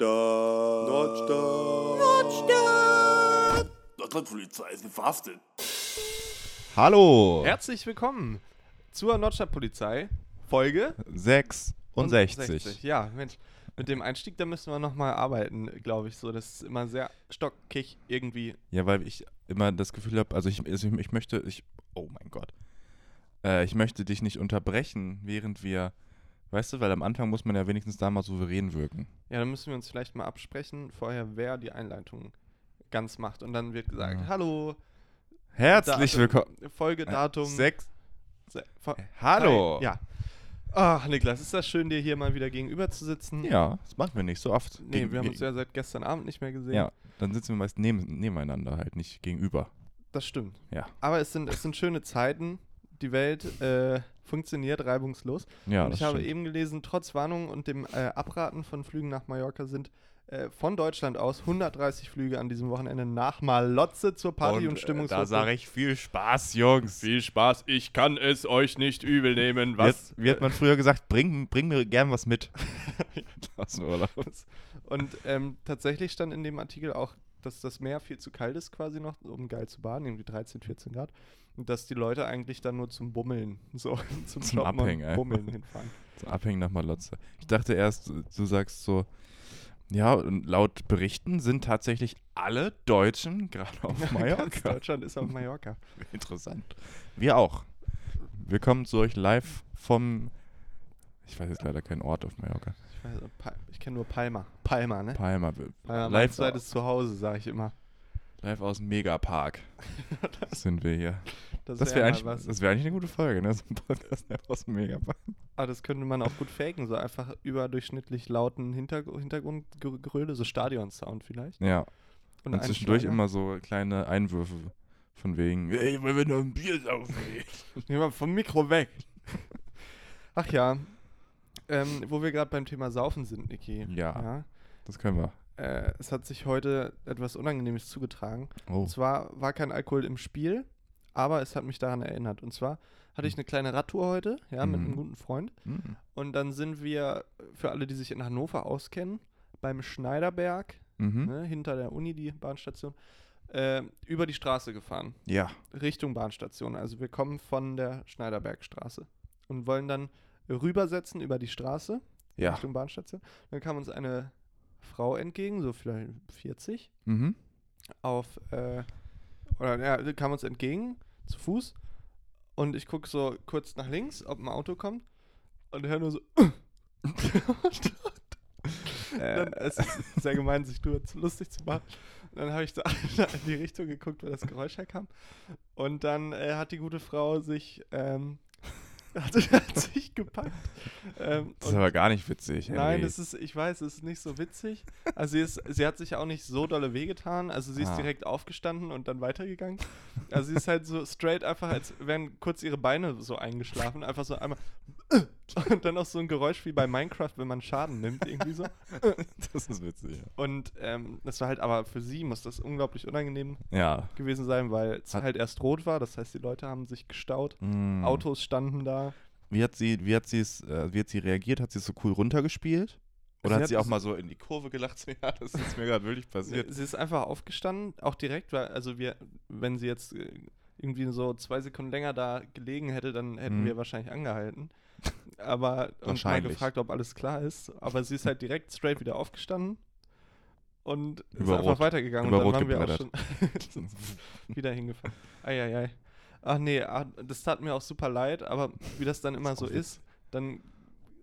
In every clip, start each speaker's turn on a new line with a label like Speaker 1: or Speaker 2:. Speaker 1: Nordstadt. Nordstadt. Nordstadt. Nordstadtpolizei ist verhaftet.
Speaker 2: Hallo!
Speaker 3: Herzlich willkommen zur Nordstadtpolizei Folge
Speaker 2: 6 und 60.
Speaker 3: Ja, Mensch, mit dem Einstieg, da müssen wir nochmal arbeiten, glaube ich so. Das ist immer sehr stockig irgendwie.
Speaker 2: Ja, weil ich immer das Gefühl habe, also ich, also ich, ich möchte, ich, oh mein Gott, äh, ich möchte dich nicht unterbrechen, während wir, weißt du, weil am Anfang muss man ja wenigstens da mal souverän wirken.
Speaker 3: Ja, dann müssen wir uns vielleicht mal absprechen vorher, wer die Einleitung ganz macht. Und dann wird gesagt,
Speaker 2: Ja.
Speaker 3: hallo,
Speaker 2: Herzlich
Speaker 3: Datum,
Speaker 2: willkommen.
Speaker 3: Folgedatum.
Speaker 2: Sechs.
Speaker 3: Se- Fo-
Speaker 2: Äh, Hallo.
Speaker 3: Hi, Ja. Ach, Niklas, ist das schön, dir hier mal wieder gegenüber zu sitzen.
Speaker 2: Ja, das machen wir nicht so oft.
Speaker 3: Nee,
Speaker 2: Gegen-
Speaker 3: wir haben
Speaker 2: ge-
Speaker 3: uns ja seit gestern Abend nicht mehr gesehen.
Speaker 2: ja, dann sitzen wir meist neben, nebeneinander halt, nicht gegenüber.
Speaker 3: Das stimmt.
Speaker 2: Ja.
Speaker 3: Aber es sind, es sind schöne Zeiten. Die Welt äh, funktioniert reibungslos.
Speaker 2: Ja,
Speaker 3: und
Speaker 2: das
Speaker 3: ich habe
Speaker 2: stimmt.
Speaker 3: eben gelesen, trotz Warnungen und dem äh, Abraten von Flügen nach Mallorca sind äh, von Deutschland aus 130 Flüge an diesem Wochenende nach Malotze zur Party- und,
Speaker 2: äh,
Speaker 3: Stimmungswoche.
Speaker 2: Da sage ich viel Spaß, Jungs.
Speaker 3: viel Spaß, ich kann es euch nicht übel nehmen,
Speaker 2: Jetzt, wie hat man früher gesagt, bring, bring mir gern was mit. Aus dem Urlaub.
Speaker 3: Und ähm, tatsächlich stand in dem Artikel auch, dass das Meer viel zu kalt ist quasi noch, um geil zu baden, irgendwie 13, 14 Grad. Und dass die Leute eigentlich dann nur zum Bummeln, so zum, Shoppen und
Speaker 2: Abhängen, ey.
Speaker 3: Bummeln hinfahren.
Speaker 2: So Abhängen nach Malotze. Ich dachte erst, du sagst so, ja, und laut Berichten sind tatsächlich alle Deutschen gerade auf
Speaker 3: Ganz
Speaker 2: Mallorca.
Speaker 3: Deutschland ist auf Mallorca.
Speaker 2: Interessant. Wir auch. Wir kommen zu euch live vom, ich weiß jetzt leider keinen Ort auf Mallorca,
Speaker 3: Ich, weiß, äh, Pa- ich kenne nur Palma. Palma, ne?
Speaker 2: Palma.
Speaker 3: Palma, mein
Speaker 2: live,
Speaker 3: zweites Zuhause, sage ich immer.
Speaker 2: live aus dem Megapark sind wir hier. Das
Speaker 3: wär
Speaker 2: wäre
Speaker 3: mal
Speaker 2: eigentlich,
Speaker 3: was.
Speaker 2: das wär eigentlich eine gute Folge, ne? So ein Podcast live aus dem Megapark.
Speaker 3: Aber Ah, das könnte man auch gut faken, so einfach überdurchschnittlich lauten Hinter Hintergrundgeröle, so Stadion-Sound vielleicht.
Speaker 2: Ja,
Speaker 3: Und
Speaker 2: und
Speaker 3: einen
Speaker 2: zwischendurch
Speaker 3: Schlager.
Speaker 2: immer so kleine Einwürfe von wegen, ey, wollen wir noch ein Bier saufen? ey?"
Speaker 3: Nehmen wir vom Mikro weg. Ach ja. Ähm, wo wir gerade beim Thema Saufen sind, Niki.
Speaker 2: Ja. Das können wir.
Speaker 3: Ja. Äh, es hat sich heute etwas Unangenehmes zugetragen.
Speaker 2: Oh.
Speaker 3: Und zwar war kein Alkohol im Spiel, aber es hat mich daran erinnert. Und zwar hatte ich eine kleine Radtour heute, ja, mit
Speaker 2: Mhm.
Speaker 3: einem guten Freund.
Speaker 2: Hm.
Speaker 3: Und dann sind wir, für alle, die sich in Hannover auskennen, beim Schneiderberg,
Speaker 2: Mhm.
Speaker 3: ne, hinter der Uni, die Bahnstation, äh, über die Straße gefahren.
Speaker 2: Ja.
Speaker 3: Richtung Bahnstation. Also wir kommen von der Schneiderbergstraße und wollen dann rübersetzen über die Straße
Speaker 2: Ja.
Speaker 3: Richtung Bahnstation. Dann kam uns eine Frau entgegen, so vielleicht 40,
Speaker 2: Mhm.
Speaker 3: auf äh, oder ja, kam uns entgegen zu Fuß und ich gucke so kurz nach links, ob ein Auto kommt und höre nur so dann, es ist sehr gemein, sich nur zu lustig zu machen. Und dann habe ich da in die Richtung geguckt, wo das Geräusch herkam. Und dann äh, hat die gute Frau sich, ähm, hat, hat sich gepackt. Ähm,
Speaker 2: Das ist
Speaker 3: und
Speaker 2: aber gar nicht witzig.
Speaker 3: nein,
Speaker 2: Henry.
Speaker 3: es ist, ich weiß, es ist nicht so witzig. Also sie, ist, sie hat sich auch nicht so dolle wehgetan. Also sie ist
Speaker 2: Ah.
Speaker 3: direkt aufgestanden und dann weitergegangen. Also sie ist halt so straight einfach, als wären kurz ihre Beine so eingeschlafen. Einfach so einmal und dann auch so ein Geräusch wie bei Minecraft, wenn man Schaden nimmt, irgendwie so.
Speaker 2: das ist witzig. ja.
Speaker 3: Und ähm, das war halt, aber für sie muss das unglaublich unangenehm
Speaker 2: Ja.
Speaker 3: gewesen sein, weil es
Speaker 2: Hat-
Speaker 3: halt erst rot war. Das heißt, die Leute haben sich gestaut.
Speaker 2: Mhm.
Speaker 3: Autos standen da.
Speaker 2: Wie hat sie, wie hat sie es, äh, wie hat sie reagiert? Hat sie es so cool runtergespielt? Oder hat,
Speaker 3: Sie hat
Speaker 2: Also sie auch
Speaker 3: es-
Speaker 2: mal so in die Kurve gelacht? So, ja, das ist mir gerade wirklich passiert.
Speaker 3: Sie ist einfach aufgestanden, auch direkt, weil, also wir, wenn sie jetzt äh, irgendwie so zwei Sekunden länger da gelegen hätte, dann hätten
Speaker 2: Mhm.
Speaker 3: wir wahrscheinlich angehalten. Aber und mal
Speaker 2: Wahrscheinlich.
Speaker 3: gefragt, ob alles klar ist. Aber sie ist halt direkt straight wieder aufgestanden und ist
Speaker 2: Über
Speaker 3: einfach
Speaker 2: Rot.
Speaker 3: weitergegangen.
Speaker 2: Über
Speaker 3: und
Speaker 2: Rot
Speaker 3: dann waren
Speaker 2: geblättert.
Speaker 3: wir auch schon wieder hingefahren. Eieiei. Ach nee, ah, das tat mir auch super leid, aber wie das dann immer
Speaker 2: ist
Speaker 3: so
Speaker 2: auch witzig.
Speaker 3: ist, dann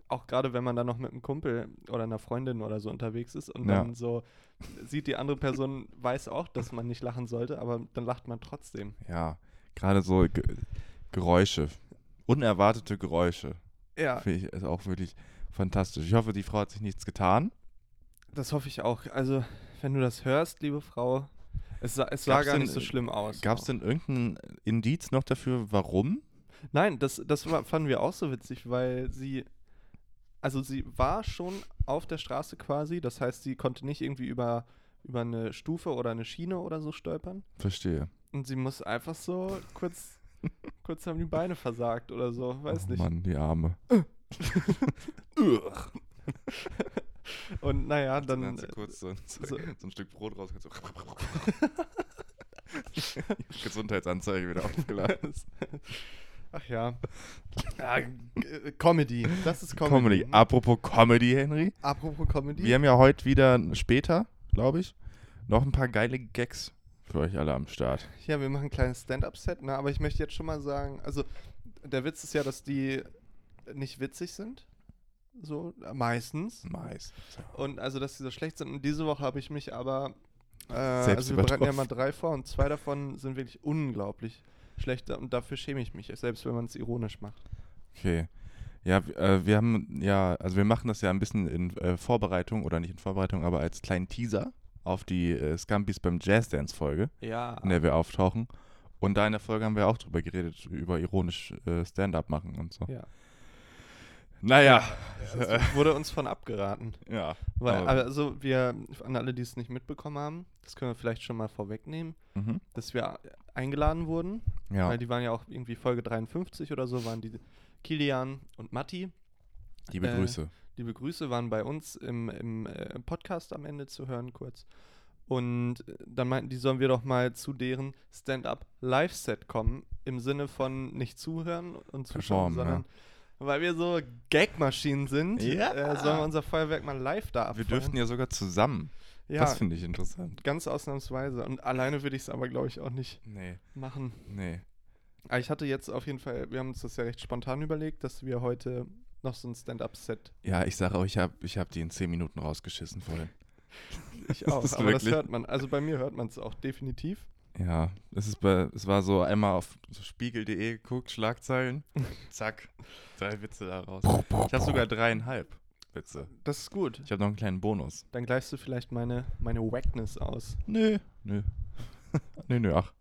Speaker 3: auch gerade wenn man dann noch mit einem Kumpel oder einer Freundin oder so unterwegs ist und
Speaker 2: Ja.
Speaker 3: dann so sieht die andere Person, weiß auch, dass man nicht lachen sollte, aber dann lacht man trotzdem.
Speaker 2: ja. Gerade so Ge Geräusche. Unerwartete Geräusche.
Speaker 3: Ja,
Speaker 2: Finde ich ist auch wirklich fantastisch. Ich hoffe, die Frau hat sich nichts getan.
Speaker 3: das hoffe ich auch. Also, wenn du das hörst, liebe Frau, es sah, es sah
Speaker 2: Gab's
Speaker 3: gar
Speaker 2: denn-
Speaker 3: nicht so schlimm aus.
Speaker 2: Gab es denn irgendein Indiz noch dafür, warum?
Speaker 3: Nein, das, das war, fanden wir auch so witzig, weil sie, also sie war schon auf der Straße quasi, das heißt, sie konnte nicht irgendwie über, über eine Stufe oder eine Schiene oder so stolpern.
Speaker 2: Verstehe.
Speaker 3: Und sie muss einfach so kurz, kurz haben die Beine versagt oder so, weiß
Speaker 2: oh
Speaker 3: nicht.
Speaker 2: Mann, die Arme.
Speaker 3: Und naja,
Speaker 2: Dann,
Speaker 3: dann.
Speaker 2: hat sie kurz so, ein- so,
Speaker 3: so-
Speaker 2: so ein Stück Brot raus. So Gesundheitsanzeige wieder aufgeladen.
Speaker 3: Ach ja. ja äh, Comedy. Das ist Comedy. Mhm.
Speaker 2: Comedy. Apropos Comedy, Henry.
Speaker 3: Apropos Comedy.
Speaker 2: Wir haben ja heute wieder später, glaube ich, noch ein paar geile Gags für euch alle am Start.
Speaker 3: Ja, wir machen ein kleines Stand-up-Set, ne? aber ich möchte jetzt schon mal sagen, also der Witz ist ja, dass die nicht witzig sind. So, meistens.
Speaker 2: Nice.
Speaker 3: Und also, dass die so schlecht sind. Und diese Woche habe ich mich aber. Äh,
Speaker 2: Selbst
Speaker 3: also, wir bereiten ja
Speaker 2: übertroffen.
Speaker 3: mal drei vor und zwei davon sind wirklich unglaublich schlecht. Und dafür schäme ich mich, selbst wenn man es ironisch macht.
Speaker 2: Okay. Ja, w- äh, wir haben ja, also wir machen das ja ein bisschen in äh, Vorbereitung oder nicht in Vorbereitung, aber als kleinen Teaser auf die äh, Scumbies beim Jazzdance-Folge,
Speaker 3: Ja.
Speaker 2: in der wir auftauchen. Und da in der Folge haben wir auch drüber geredet, über ironisch äh, Stand-up machen und so.
Speaker 3: Ja.
Speaker 2: Naja, äh,
Speaker 3: Es wurde uns von abgeraten.
Speaker 2: ja.
Speaker 3: Weil,
Speaker 2: aber-
Speaker 3: also, wir, an alle, die es nicht mitbekommen haben, das können wir vielleicht schon mal vorwegnehmen,
Speaker 2: Mhm.
Speaker 3: dass wir eingeladen wurden
Speaker 2: Ja,
Speaker 3: Weil die waren ja auch irgendwie Folge 53 oder so, waren die Kilian und Matti.
Speaker 2: liebe
Speaker 3: äh,
Speaker 2: Grüße.
Speaker 3: Liebe Grüße waren bei uns im, im, äh, im Podcast am Ende zu hören kurz. Und äh, dann meinten die, sollen wir doch mal zu deren Stand-up-Live-Set kommen. Im Sinne von nicht zuhören und
Speaker 2: Performen,
Speaker 3: zuschauen, sondern weil wir so Gagmaschinen sind,
Speaker 2: Ja.
Speaker 3: äh, sollen wir unser Feuerwerk mal live da
Speaker 2: Wir
Speaker 3: abfeuern.
Speaker 2: dürften ja sogar zusammen.
Speaker 3: ja,
Speaker 2: Das finde ich interessant.
Speaker 3: ganz ausnahmsweise. Und alleine würde ich es aber, glaube ich, auch nicht
Speaker 2: Nee,
Speaker 3: machen.
Speaker 2: nee.
Speaker 3: Ah, Ich hatte jetzt auf jeden Fall, wir haben uns das ja recht spontan überlegt, dass wir heute noch so ein Stand-up-Set.
Speaker 2: Ja, ich sage auch, ich habe ich hab die in 10 Minuten rausgeschissen vorhin.
Speaker 3: Ich auch,
Speaker 2: Das ist
Speaker 3: aber das
Speaker 2: wirklich-
Speaker 3: hört man. Also bei mir hört man es auch definitiv.
Speaker 2: Ja, es, ist bei, es war so einmal auf so spiegel.de geguckt, Schlagzeilen, zack, drei Witze daraus. Ich habe sogar dreieinhalb Witze.
Speaker 3: Das ist gut.
Speaker 2: Ich habe noch einen kleinen Bonus.
Speaker 3: Dann gleichst du vielleicht meine, meine Wackness aus.
Speaker 2: Nö. Nö. nö, nö, ach,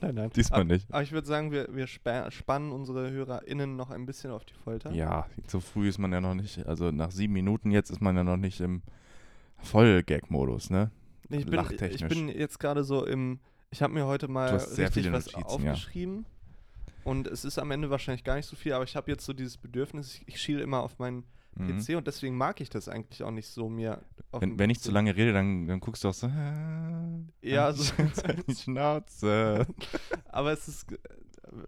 Speaker 3: Nein, nein.
Speaker 2: diesmal
Speaker 3: aber,
Speaker 2: nicht.
Speaker 3: Ah, Aber ich würde sagen, wir, wir spa- spannen unsere HörerInnen noch ein bisschen auf die Folter.
Speaker 2: Ja, so früh ist man ja noch nicht, also nach sieben Minuten jetzt ist man ja noch nicht im Voll-Gag-Modus, ne?
Speaker 3: Nee, ich, bin, ich
Speaker 2: lachtechnisch.
Speaker 3: bin jetzt gerade so im. Ich habe mir heute mal
Speaker 2: Du hast sehr
Speaker 3: richtig
Speaker 2: viele
Speaker 3: was
Speaker 2: Notizen, ja.
Speaker 3: aufgeschrieben. Und es ist am Ende wahrscheinlich gar nicht so viel, aber ich habe jetzt so dieses Bedürfnis, ich, ich schiele immer auf meinen
Speaker 2: Mhm.
Speaker 3: PC und deswegen mag ich das eigentlich auch nicht so mir. auf
Speaker 2: Wenn,
Speaker 3: dem
Speaker 2: wenn ich
Speaker 3: PC.
Speaker 2: zu lange rede, dann, dann guckst du auch so. äh,
Speaker 3: Ja,
Speaker 2: halt
Speaker 3: so-
Speaker 2: die Schnauze.
Speaker 3: Aber es ist, äh,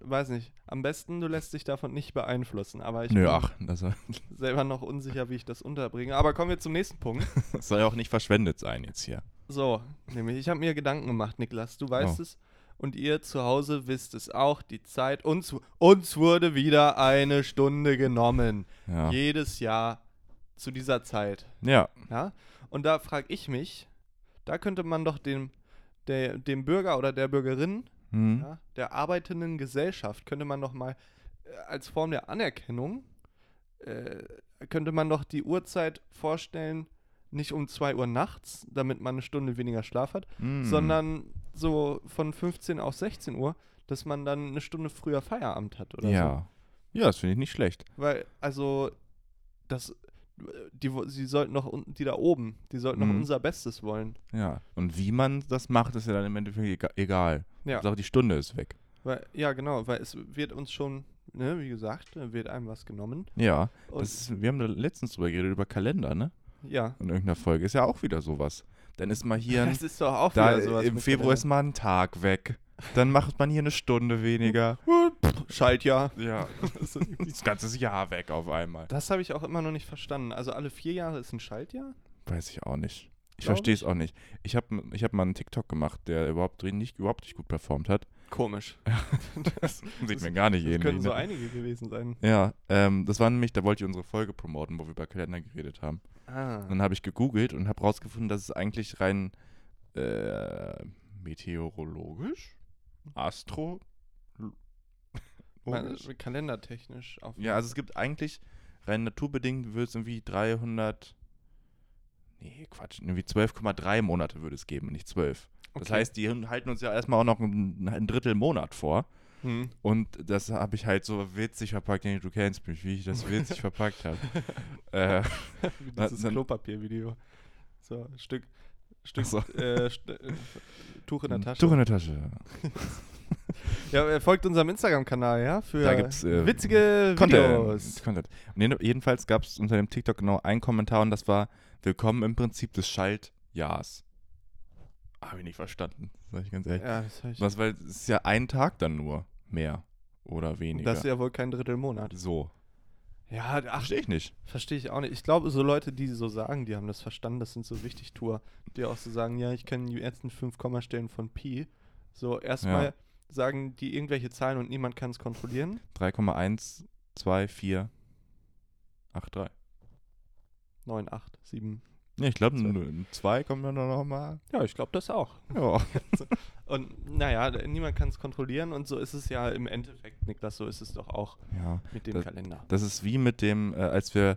Speaker 3: weiß nicht. Am besten du lässt dich davon nicht beeinflussen. Aber ich
Speaker 2: Nö,
Speaker 3: bin
Speaker 2: ach, das soll,
Speaker 3: selber noch unsicher, wie ich das unterbringe. Aber kommen wir zum nächsten Punkt.
Speaker 2: das soll ja auch nicht verschwendet sein jetzt hier.
Speaker 3: So, nämlich ich habe mir Gedanken gemacht, Niklas. Du weißt
Speaker 2: Oh.
Speaker 3: es und ihr zu Hause wisst es auch. Die Zeit uns uns wurde wieder eine Stunde genommen
Speaker 2: Ja,
Speaker 3: jedes Jahr zu dieser Zeit.
Speaker 2: ja
Speaker 3: Ja? Und da frage ich mich, da könnte man doch dem, der, dem Bürger oder der Bürgerin,
Speaker 2: hm,
Speaker 3: ja, der arbeitenden Gesellschaft, könnte man doch mal äh, als Form der Anerkennung, äh, könnte man doch die Uhrzeit vorstellen, nicht um 2 Uhr nachts, damit man eine Stunde weniger Schlaf hat,
Speaker 2: hm.
Speaker 3: sondern so von 15 auf 16 Uhr, dass man dann eine Stunde früher Feierabend hat oder so.
Speaker 2: ja. Ja, das finde ich nicht schlecht.
Speaker 3: Weil, also, das, die, wo- sie sollten noch, un- die da oben, die sollten noch
Speaker 2: Mhm.
Speaker 3: unser Bestes wollen.
Speaker 2: Ja. Und wie man das macht, ist ja dann im Endeffekt ega- egal.
Speaker 3: Ja,
Speaker 2: Sache, die Stunde ist weg.
Speaker 3: weil, ja genau, weil es wird uns schon, ne, wie gesagt, wird einem was genommen.
Speaker 2: Ja.
Speaker 3: Und
Speaker 2: Das ist, wir haben da letztens drüber geredet, über Kalender, ne?
Speaker 3: ja,
Speaker 2: In irgendeiner Folge. Ist ja auch wieder sowas. Dann ist mal hier ein,
Speaker 3: das ist doch auch
Speaker 2: da,
Speaker 3: wieder sowas.
Speaker 2: im
Speaker 3: mit
Speaker 2: Februar ist mal ein Tag weg. Dann macht man hier eine Stunde weniger.
Speaker 3: Kalender. Schaltjahr.
Speaker 2: Ja.
Speaker 3: Das ist irgendwie-
Speaker 2: Das ganze Jahr weg auf einmal.
Speaker 3: Das habe ich auch immer noch nicht verstanden. Also alle vier Jahre ist ein Schaltjahr?
Speaker 2: Weiß ich auch nicht. Ich
Speaker 3: Glaub
Speaker 2: verstehe es auch nicht. Ich habe ich hab mal einen TikTok gemacht, der überhaupt drin nicht, überhaupt nicht gut performt hat.
Speaker 3: Komisch. das
Speaker 2: Sieht
Speaker 3: Das-
Speaker 2: mir gar nicht
Speaker 3: das
Speaker 2: ähnlich.
Speaker 3: können so
Speaker 2: ne?
Speaker 3: einige gewesen sein.
Speaker 2: Ja, ähm, das war nämlich, da wollte ich unsere Folge promoten, wo wir über Kalender geredet haben.
Speaker 3: Ah.
Speaker 2: Und dann habe ich gegoogelt und habe rausgefunden, dass es eigentlich rein äh, meteorologisch, astro.
Speaker 3: Mal- Kalendertechnisch. Auf
Speaker 2: Ja, also es gibt eigentlich rein naturbedingt würde es irgendwie 300. Nee, Quatsch. Irgendwie 12,3 Monate würde es geben, nicht 12. Das
Speaker 3: Okay.
Speaker 2: heißt, die halten uns ja erstmal auch noch ein, ein Drittel Monat vor.
Speaker 3: Hm.
Speaker 2: Und das habe ich halt so witzig verpackt. Jenny, Du kennst mich, wie ich das witzig verpackt habe. äh,
Speaker 3: Wie
Speaker 2: Na,
Speaker 3: dieses
Speaker 2: dann-
Speaker 3: Klopapiervideo. So, ein Stück, Stück
Speaker 2: so.
Speaker 3: äh, St äh, Tuch in der Tasche.
Speaker 2: Tuch in der Tasche.
Speaker 3: Ja, äh, folgt unserem Instagram-Kanal, ja? Für
Speaker 2: Da gibt's, äh,
Speaker 3: witzige
Speaker 2: Content. ne,
Speaker 3: Videos.
Speaker 2: Content. Und jeden- jedenfalls gab es unter dem TikTok genau einen Kommentar und das war, Willkommen im Prinzip des Schaltjahrs. Habe ich nicht verstanden, sage ich ganz ehrlich.
Speaker 3: Ja, das hab ich.
Speaker 2: Was, weil es ist ja ein Tag dann nur mehr oder weniger.
Speaker 3: Das ist ja wohl kein Drittelmonat.
Speaker 2: so.
Speaker 3: Ja, ach,
Speaker 2: Verstehe ich nicht.
Speaker 3: verstehe ich auch nicht. Ich glaube, so Leute, die so sagen, die haben das verstanden, das sind so wichtig Tour, die auch so sagen, ja, ich kenne die ersten fünf Kommastellen von Pi. So, erstmal
Speaker 2: Ja.
Speaker 3: sagen die irgendwelche Zahlen und niemand kann es kontrollieren.
Speaker 2: 3,124483.
Speaker 3: 9, 8, 7.
Speaker 2: Ja, ich glaube, 2 kommt dann nochmal.
Speaker 3: Ja, ich glaube das auch.
Speaker 2: Ja.
Speaker 3: Und naja, d- niemand kann es kontrollieren und so ist es ja im Endeffekt, Niklas, so ist es doch auch
Speaker 2: ja.
Speaker 3: mit dem
Speaker 2: Das-
Speaker 3: Kalender.
Speaker 2: Das ist wie mit dem, äh, als wir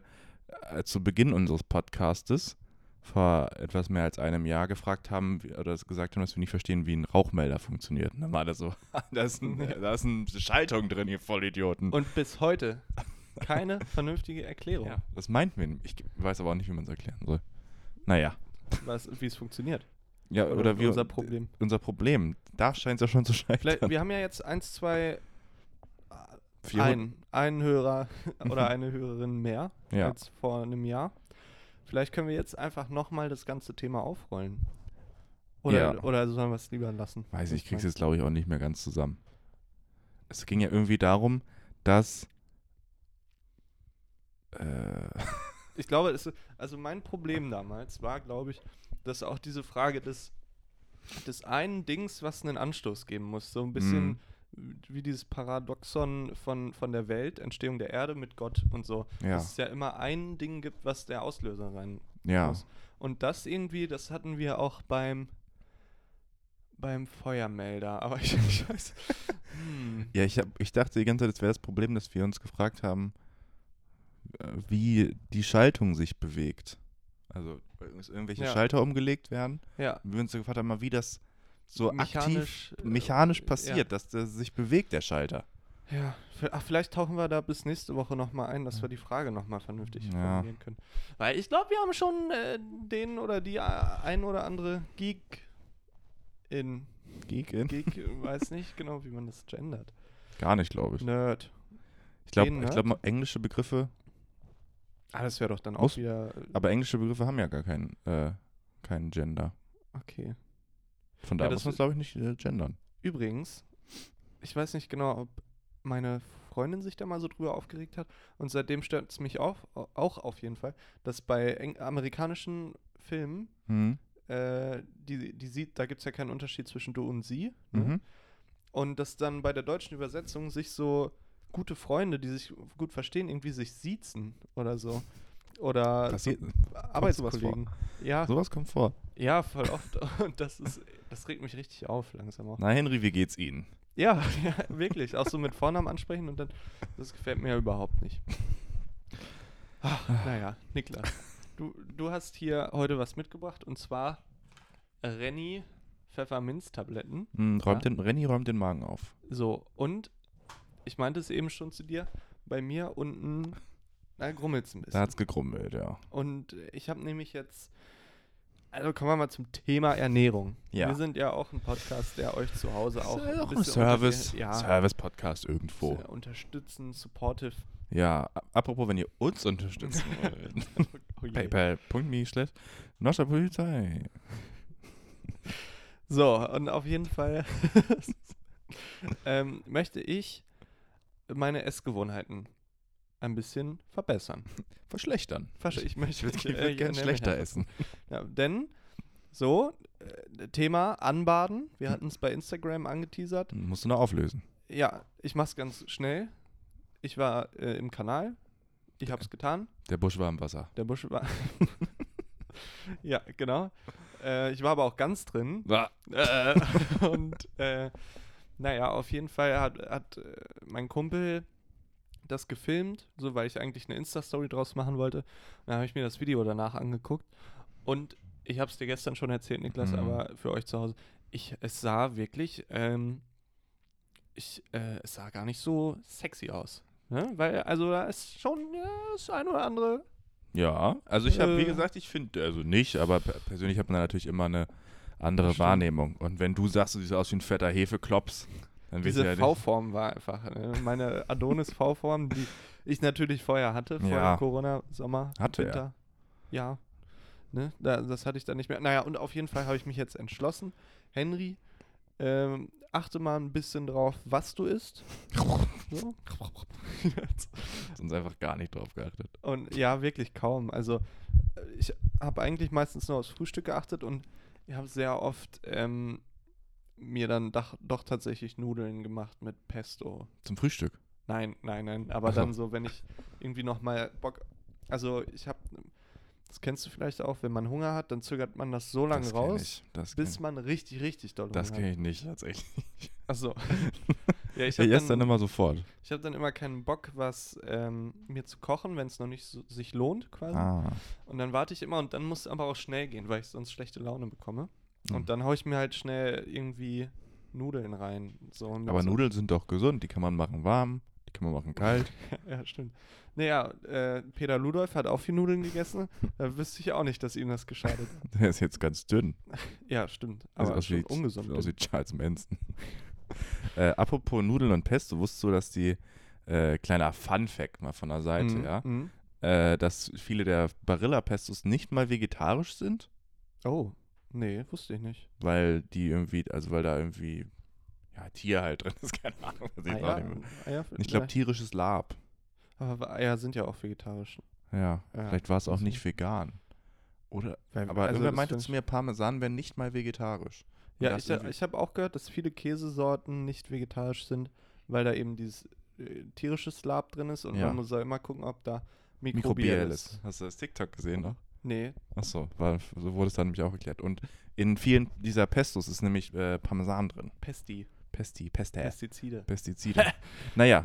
Speaker 2: äh, zu Beginn unseres Podcastes vor etwas mehr als einem Jahr gefragt haben wie- oder gesagt haben, dass wir nicht verstehen, wie ein Rauchmelder funktioniert. Und dann war das so, ah, da ist, ein, da ist eine Schaltung drin, ihr Vollidioten.
Speaker 3: Und bis heute keine vernünftige Erklärung,
Speaker 2: ja, das meinten wir. nicht. Ich weiß aber auch nicht, wie man es erklären soll. Naja.
Speaker 3: was- wie es funktioniert.
Speaker 2: Ja, oder,
Speaker 3: Oder
Speaker 2: wie
Speaker 3: unser Problem.
Speaker 2: Unser Problem. Da scheint es ja schon zu
Speaker 3: Vielleicht,
Speaker 2: scheitern.
Speaker 3: wir haben ja jetzt eins, zwei,
Speaker 2: Vier-
Speaker 3: einen, einen Hörer oder eine Hörerin mehr
Speaker 2: Ja.
Speaker 3: als vor einem Jahr. Vielleicht können wir jetzt einfach nochmal das ganze Thema aufrollen. Oder,
Speaker 2: Ja.
Speaker 3: oder sollen wir es lieber lassen?
Speaker 2: Weiß ich, ich krieg's
Speaker 3: meine-
Speaker 2: jetzt, glaube ich, auch nicht mehr ganz zusammen. Es ging ja irgendwie darum, dass. Äh,
Speaker 3: Ich glaube, es, ist- also mein Problem damals war, glaube ich, dass auch diese Frage des, des einen Dings, was einen Anstoß geben muss, so ein bisschen
Speaker 2: Mhm.
Speaker 3: wie dieses Paradoxon von, von der Welt, Entstehung der Erde mit Gott und so,
Speaker 2: ja,
Speaker 3: dass es ja immer ein Ding gibt, was der Auslöser sein
Speaker 2: ja.
Speaker 3: muss. Und das irgendwie, das hatten wir auch beim beim Feuermelder, aber ich, ich weiß. Hm.
Speaker 2: Ja, ich, hab, ich dachte die ganze Zeit, es wäre das Problem, dass wir uns gefragt haben, äh, wie die Schaltung sich bewegt. Also, weil uns irgendwelche
Speaker 3: Ja.
Speaker 2: Schalter umgelegt werden.
Speaker 3: Ja,
Speaker 2: Wir uns gefragt haben, mal, wie das so aktiv,
Speaker 3: äh,
Speaker 2: mechanisch
Speaker 3: ja.
Speaker 2: passiert, dass der sich bewegt, der Schalter.
Speaker 3: Ja, v- ach, vielleicht tauchen wir da bis nächste Woche nochmal ein, dass wir die Frage nochmal vernünftig
Speaker 2: Ja.
Speaker 3: formulieren können. Weil ich glaube, wir haben schon äh, den oder die äh, ein oder andere Geek in.
Speaker 2: Geek in?
Speaker 3: Geek, äh, weiß nicht genau, wie man das gendert.
Speaker 2: Gar nicht, glaube ich.
Speaker 3: Nerd.
Speaker 2: Ich glaube,
Speaker 3: den,
Speaker 2: ich
Speaker 3: ne?
Speaker 2: glaub, mal, englische Begriffe
Speaker 3: Ah, das wäre doch dann auch
Speaker 2: Muss-
Speaker 3: wieder. äh,
Speaker 2: Aber englische Begriffe haben ja gar kein, äh, kein Gender.
Speaker 3: Okay.
Speaker 2: Von
Speaker 3: Ja,
Speaker 2: daher
Speaker 3: das-
Speaker 2: muss man es, glaube ich, nicht äh, gendern.
Speaker 3: Übrigens, ich weiß nicht genau, ob meine Freundin sich da mal so drüber aufgeregt hat. Und seitdem stört es mich auch, auch auf jeden Fall, dass bei eng amerikanischen Filmen
Speaker 2: Mhm.
Speaker 3: äh, die, die sieht, da gibt es ja keinen Unterschied zwischen du und sie. Ne?
Speaker 2: Mhm.
Speaker 3: Und dass dann bei der deutschen Übersetzung sich so gute Freunde, die sich gut verstehen, irgendwie sich siezen oder so. Oder
Speaker 2: Passiert.
Speaker 3: so Arbeitskollegen. Ja,
Speaker 2: Sowas kommt vor.
Speaker 3: ja, voll oft. Und das ist, das regt mich richtig auf, langsam auch.
Speaker 2: Na, Henry, wie geht's Ihnen?
Speaker 3: Ja, ja, wirklich. Auch so mit Vornamen ansprechen und dann, das gefällt mir ja überhaupt nicht. Ach,
Speaker 2: Ah.
Speaker 3: naja, Niklas, du, du hast hier heute was mitgebracht und zwar Renny Pfefferminztabletten.
Speaker 2: Hm, räumt
Speaker 3: Ja.
Speaker 2: den, Renny räumt den Magen auf.
Speaker 3: So, und ich meinte es eben schon zu dir, bei mir unten, na, grummelt es ein
Speaker 2: Da
Speaker 3: bisschen.
Speaker 2: hat's gegrummelt, ja.
Speaker 3: Und ich habe nämlich jetzt, also kommen wir mal zum Thema Ernährung.
Speaker 2: Ja.
Speaker 3: Wir sind ja auch ein Podcast, der euch zu Hause auch,
Speaker 2: Ist ja auch ein
Speaker 3: bisschen unter-
Speaker 2: Service.
Speaker 3: ja,
Speaker 2: Service-Podcast irgendwo.
Speaker 3: Sehr unterstützen, supportive.
Speaker 2: Ja, a- apropos, wenn ihr uns unterstützen wollt.
Speaker 3: Oh je.
Speaker 2: Paypal.me slash Nostra Polizei.
Speaker 3: So, und auf jeden Fall ähm, möchte ich meine Essgewohnheiten ein bisschen verbessern.
Speaker 2: Verschlechtern.
Speaker 3: Versch- Ich möchte
Speaker 2: Ich
Speaker 3: äh,
Speaker 2: würde
Speaker 3: ich
Speaker 2: gerne
Speaker 3: ernähre mich
Speaker 2: schlechter
Speaker 3: einfach.
Speaker 2: essen.
Speaker 3: Ja, denn so, äh, Thema Anbaden. Wir hatten es bei Instagram angeteasert.
Speaker 2: Musst du noch auflösen.
Speaker 3: Ja, ich mach's ganz schnell. Ich war äh, im Kanal. Ich hab's getan.
Speaker 2: Der Busch war im Wasser.
Speaker 3: Der Busch war. ja, genau. Äh, ich war aber auch ganz drin.
Speaker 2: War.
Speaker 3: Äh, und äh, naja, auf jeden Fall hat, hat äh, mein Kumpel das gefilmt, so weil ich eigentlich eine Insta-Story draus machen wollte. Und Dann habe ich mir das Video danach angeguckt und ich habe es dir gestern schon erzählt, Niklas,
Speaker 2: Mhm.
Speaker 3: aber für euch zu Hause. Ich, es sah wirklich, ähm, ich, äh, es sah gar nicht so sexy aus. Ne? Weil, also da ist schon ja, das ein oder andere.
Speaker 2: Ja, also ich habe, wie
Speaker 3: Äh.
Speaker 2: gesagt, ich finde, also nicht, aber per- persönlich hat man da natürlich immer eine andere
Speaker 3: Das stimmt.
Speaker 2: Wahrnehmung. Und wenn du sagst, du siehst aus wie ein fetter Hefeklops, dann willst du
Speaker 3: Diese
Speaker 2: ja nicht.
Speaker 3: V-Form war einfach ne? meine Adonis-V-Form, die ich natürlich vorher hatte, vor
Speaker 2: Ja.
Speaker 3: Corona, Sommer,
Speaker 2: Hatte er.
Speaker 3: Winter. Ja. Ne? Da, das hatte ich dann nicht mehr. Naja, und auf jeden Fall habe ich mich jetzt entschlossen. Henry, ähm, achte mal ein bisschen drauf, was du isst. So.
Speaker 2: Sonst einfach gar nicht drauf geachtet.
Speaker 3: Und ja, wirklich kaum. Also äh, ich habe eigentlich meistens nur aufs Frühstück geachtet und ich habe sehr oft ähm, mir dann doch, doch tatsächlich Nudeln gemacht mit Pesto.
Speaker 2: Zum Frühstück.
Speaker 3: Nein, nein, nein. Aber
Speaker 2: Ach so.
Speaker 3: dann so, wenn ich irgendwie nochmal Bock. Also ich habe, das kennst du vielleicht auch, wenn man Hunger hat, dann zögert man das so lange
Speaker 2: das kenn
Speaker 3: raus,
Speaker 2: Ich. Das
Speaker 3: bis
Speaker 2: kenn,
Speaker 3: man richtig, richtig doll
Speaker 2: das
Speaker 3: Hunger
Speaker 2: kenne
Speaker 3: hat.
Speaker 2: ich nicht, tatsächlich.
Speaker 3: Achso. ja, ich
Speaker 2: Ich
Speaker 3: habe
Speaker 2: esse
Speaker 3: dann,
Speaker 2: dann immer sofort.
Speaker 3: ich hab dann immer keinen Bock, was ähm, mir zu kochen, wenn es noch nicht so, sich lohnt quasi.
Speaker 2: Ah.
Speaker 3: Und dann warte ich immer und dann muss es aber auch schnell gehen, weil ich sonst schlechte Laune bekomme.
Speaker 2: Mhm.
Speaker 3: Und dann haue ich mir halt schnell irgendwie Nudeln rein. So mit
Speaker 2: Aber
Speaker 3: so
Speaker 2: Nudeln sind doch gesund. Die kann man machen warm, die kann man machen kalt.
Speaker 3: Ja, stimmt. Naja, äh, Peter Ludolf hat auch viel Nudeln gegessen. Da wüsste ich auch nicht, dass ihm das geschadet hat.
Speaker 2: Der ist jetzt ganz dünn.
Speaker 3: Ja, stimmt.
Speaker 2: Also
Speaker 3: Aber schon ungesund.
Speaker 2: Aus wie Charles Manson. äh, apropos Nudeln und Pesto, wusstest du, dass die, äh, kleiner Fun-Fact mal von der Seite,
Speaker 3: Mhm,
Speaker 2: ja,
Speaker 3: mhm.
Speaker 2: äh, dass viele der Barilla-Pestos nicht mal vegetarisch sind,
Speaker 3: Oh, nee, wusste ich nicht.
Speaker 2: weil die irgendwie, also weil da irgendwie, ja, Tier halt drin ist, keine Ahnung. weiß ich auch
Speaker 3: Eier,
Speaker 2: nicht mehr.
Speaker 3: Eier
Speaker 2: ich glaube,
Speaker 3: vielleicht.
Speaker 2: tierisches Lab.
Speaker 3: Aber Eier sind ja auch vegetarisch.
Speaker 2: Ja,
Speaker 3: Ja,
Speaker 2: vielleicht war es auch
Speaker 3: also-
Speaker 2: nicht vegan. Oder,
Speaker 3: Weil-
Speaker 2: aber
Speaker 3: also
Speaker 2: irgendwer
Speaker 3: das
Speaker 2: meinte
Speaker 3: find
Speaker 2: zu mir, Parmesan wäre nicht mal vegetarisch. Und
Speaker 3: Ja,
Speaker 2: das
Speaker 3: ich,
Speaker 2: irgendwie-
Speaker 3: ich habe auch gehört, dass viele Käsesorten nicht vegetarisch sind, weil da eben dieses äh, tierische Slab drin ist und
Speaker 2: Ja.
Speaker 3: man muss ja immer gucken, ob da mikrobiell
Speaker 2: Mikrobiell
Speaker 3: ist.
Speaker 2: ist. Hast du das TikTok gesehen noch?
Speaker 3: Nee,
Speaker 2: Achso, so wurde es dann nämlich auch erklärt. Und in vielen dieser Pestos ist nämlich äh, Parmesan drin.
Speaker 3: Pesti,
Speaker 2: Pesti, Peste,
Speaker 3: Pestizide.
Speaker 2: Pestizide. naja,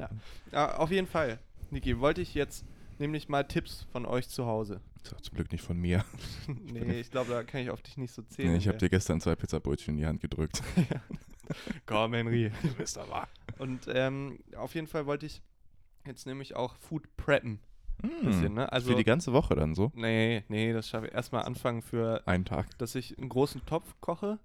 Speaker 3: Ja. Ah, auf jeden Fall, Niki, wollte ich jetzt nämlich mal Tipps von euch zu Hause.
Speaker 2: so, zum Glück nicht von mir.
Speaker 3: nee, ich glaube, da kann ich auf dich nicht so zählen. ne?
Speaker 2: Nee, ich habe
Speaker 3: ey.
Speaker 2: dir gestern zwei Pizzabrötchen in die Hand gedrückt.
Speaker 3: Komm, Henry.
Speaker 2: du bist aber.
Speaker 3: Und ähm, auf jeden Fall wollte ich jetzt nämlich auch Food preppen.
Speaker 2: Mm,
Speaker 3: Bisschen, ne?
Speaker 2: Für
Speaker 3: Also,
Speaker 2: die ganze Woche dann so.
Speaker 3: nee, nee, das schaffe ich. Erstmal anfangen für
Speaker 2: Einen Tag.
Speaker 3: dass ich einen großen Topf koche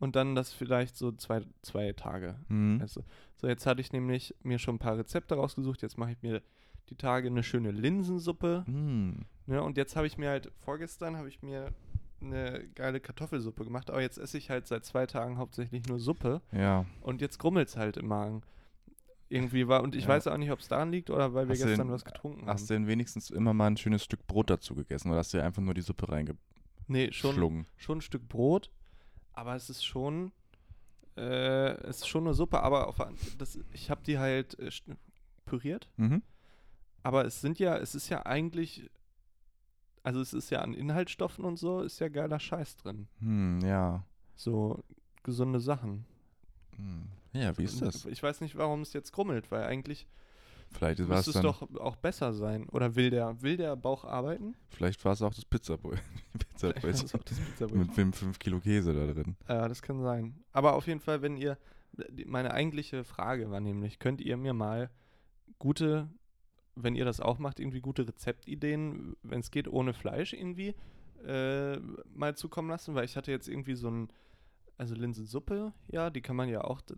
Speaker 3: und dann das vielleicht so zwei, zwei Tage.
Speaker 2: Mhm.
Speaker 3: Also, so, jetzt hatte ich nämlich mir schon ein paar Rezepte rausgesucht. Jetzt mache ich mir die Tage eine schöne Linsensuppe.
Speaker 2: Mm,
Speaker 3: Ne? Und jetzt habe ich mir halt, vorgestern habe ich mir eine geile Kartoffelsuppe gemacht. Aber jetzt esse ich halt seit zwei Tagen hauptsächlich nur Suppe.
Speaker 2: ja.
Speaker 3: Und jetzt grummelt es halt im Magen. Irgendwie war, und ich
Speaker 2: Ja.
Speaker 3: weiß auch nicht, ob es daran liegt oder weil wir
Speaker 2: Hast du
Speaker 3: gestern
Speaker 2: denn-
Speaker 3: was getrunken haben.
Speaker 2: Hast du denn wenigstens immer mal ein schönes Stück Brot dazu gegessen oder hast du dir einfach nur die Suppe
Speaker 3: Nee, schon,
Speaker 2: reingeschlungen?
Speaker 3: schon ein Stück Brot, aber es ist schon, äh, es ist schon eine Suppe, aber auf, an- das, ich habe die halt äh, sch- püriert,
Speaker 2: Mhm.
Speaker 3: aber es sind ja, es ist ja eigentlich, also es ist ja an Inhaltsstoffen und so, ist ja geiler Scheiß drin.
Speaker 2: Hm, ja.
Speaker 3: So gesunde Sachen.
Speaker 2: Hm. Ja, wie ist
Speaker 3: Und
Speaker 2: das?
Speaker 3: Ich weiß nicht, warum es jetzt grummelt, weil eigentlich
Speaker 2: Vielleicht war es
Speaker 3: müsste es
Speaker 2: dann.
Speaker 3: doch auch besser sein. Oder will der, will der Bauch arbeiten?
Speaker 2: Vielleicht war es auch das Pizzabrötchen.
Speaker 3: Das
Speaker 2: Pizzabrötchen.
Speaker 3: ist auch das Pizzabrötchen.
Speaker 2: Mit 5 Kilo Käse da drin.
Speaker 3: Ja, das kann sein. Aber auf jeden Fall, wenn ihr, die- meine eigentliche Frage war nämlich, könnt ihr mir mal gute, wenn ihr das auch macht, irgendwie gute Rezeptideen, wenn es geht, ohne Fleisch irgendwie, äh, mal zukommen lassen? Weil ich hatte jetzt irgendwie so ein, also Linsensuppe, ja, die kann man ja auch d-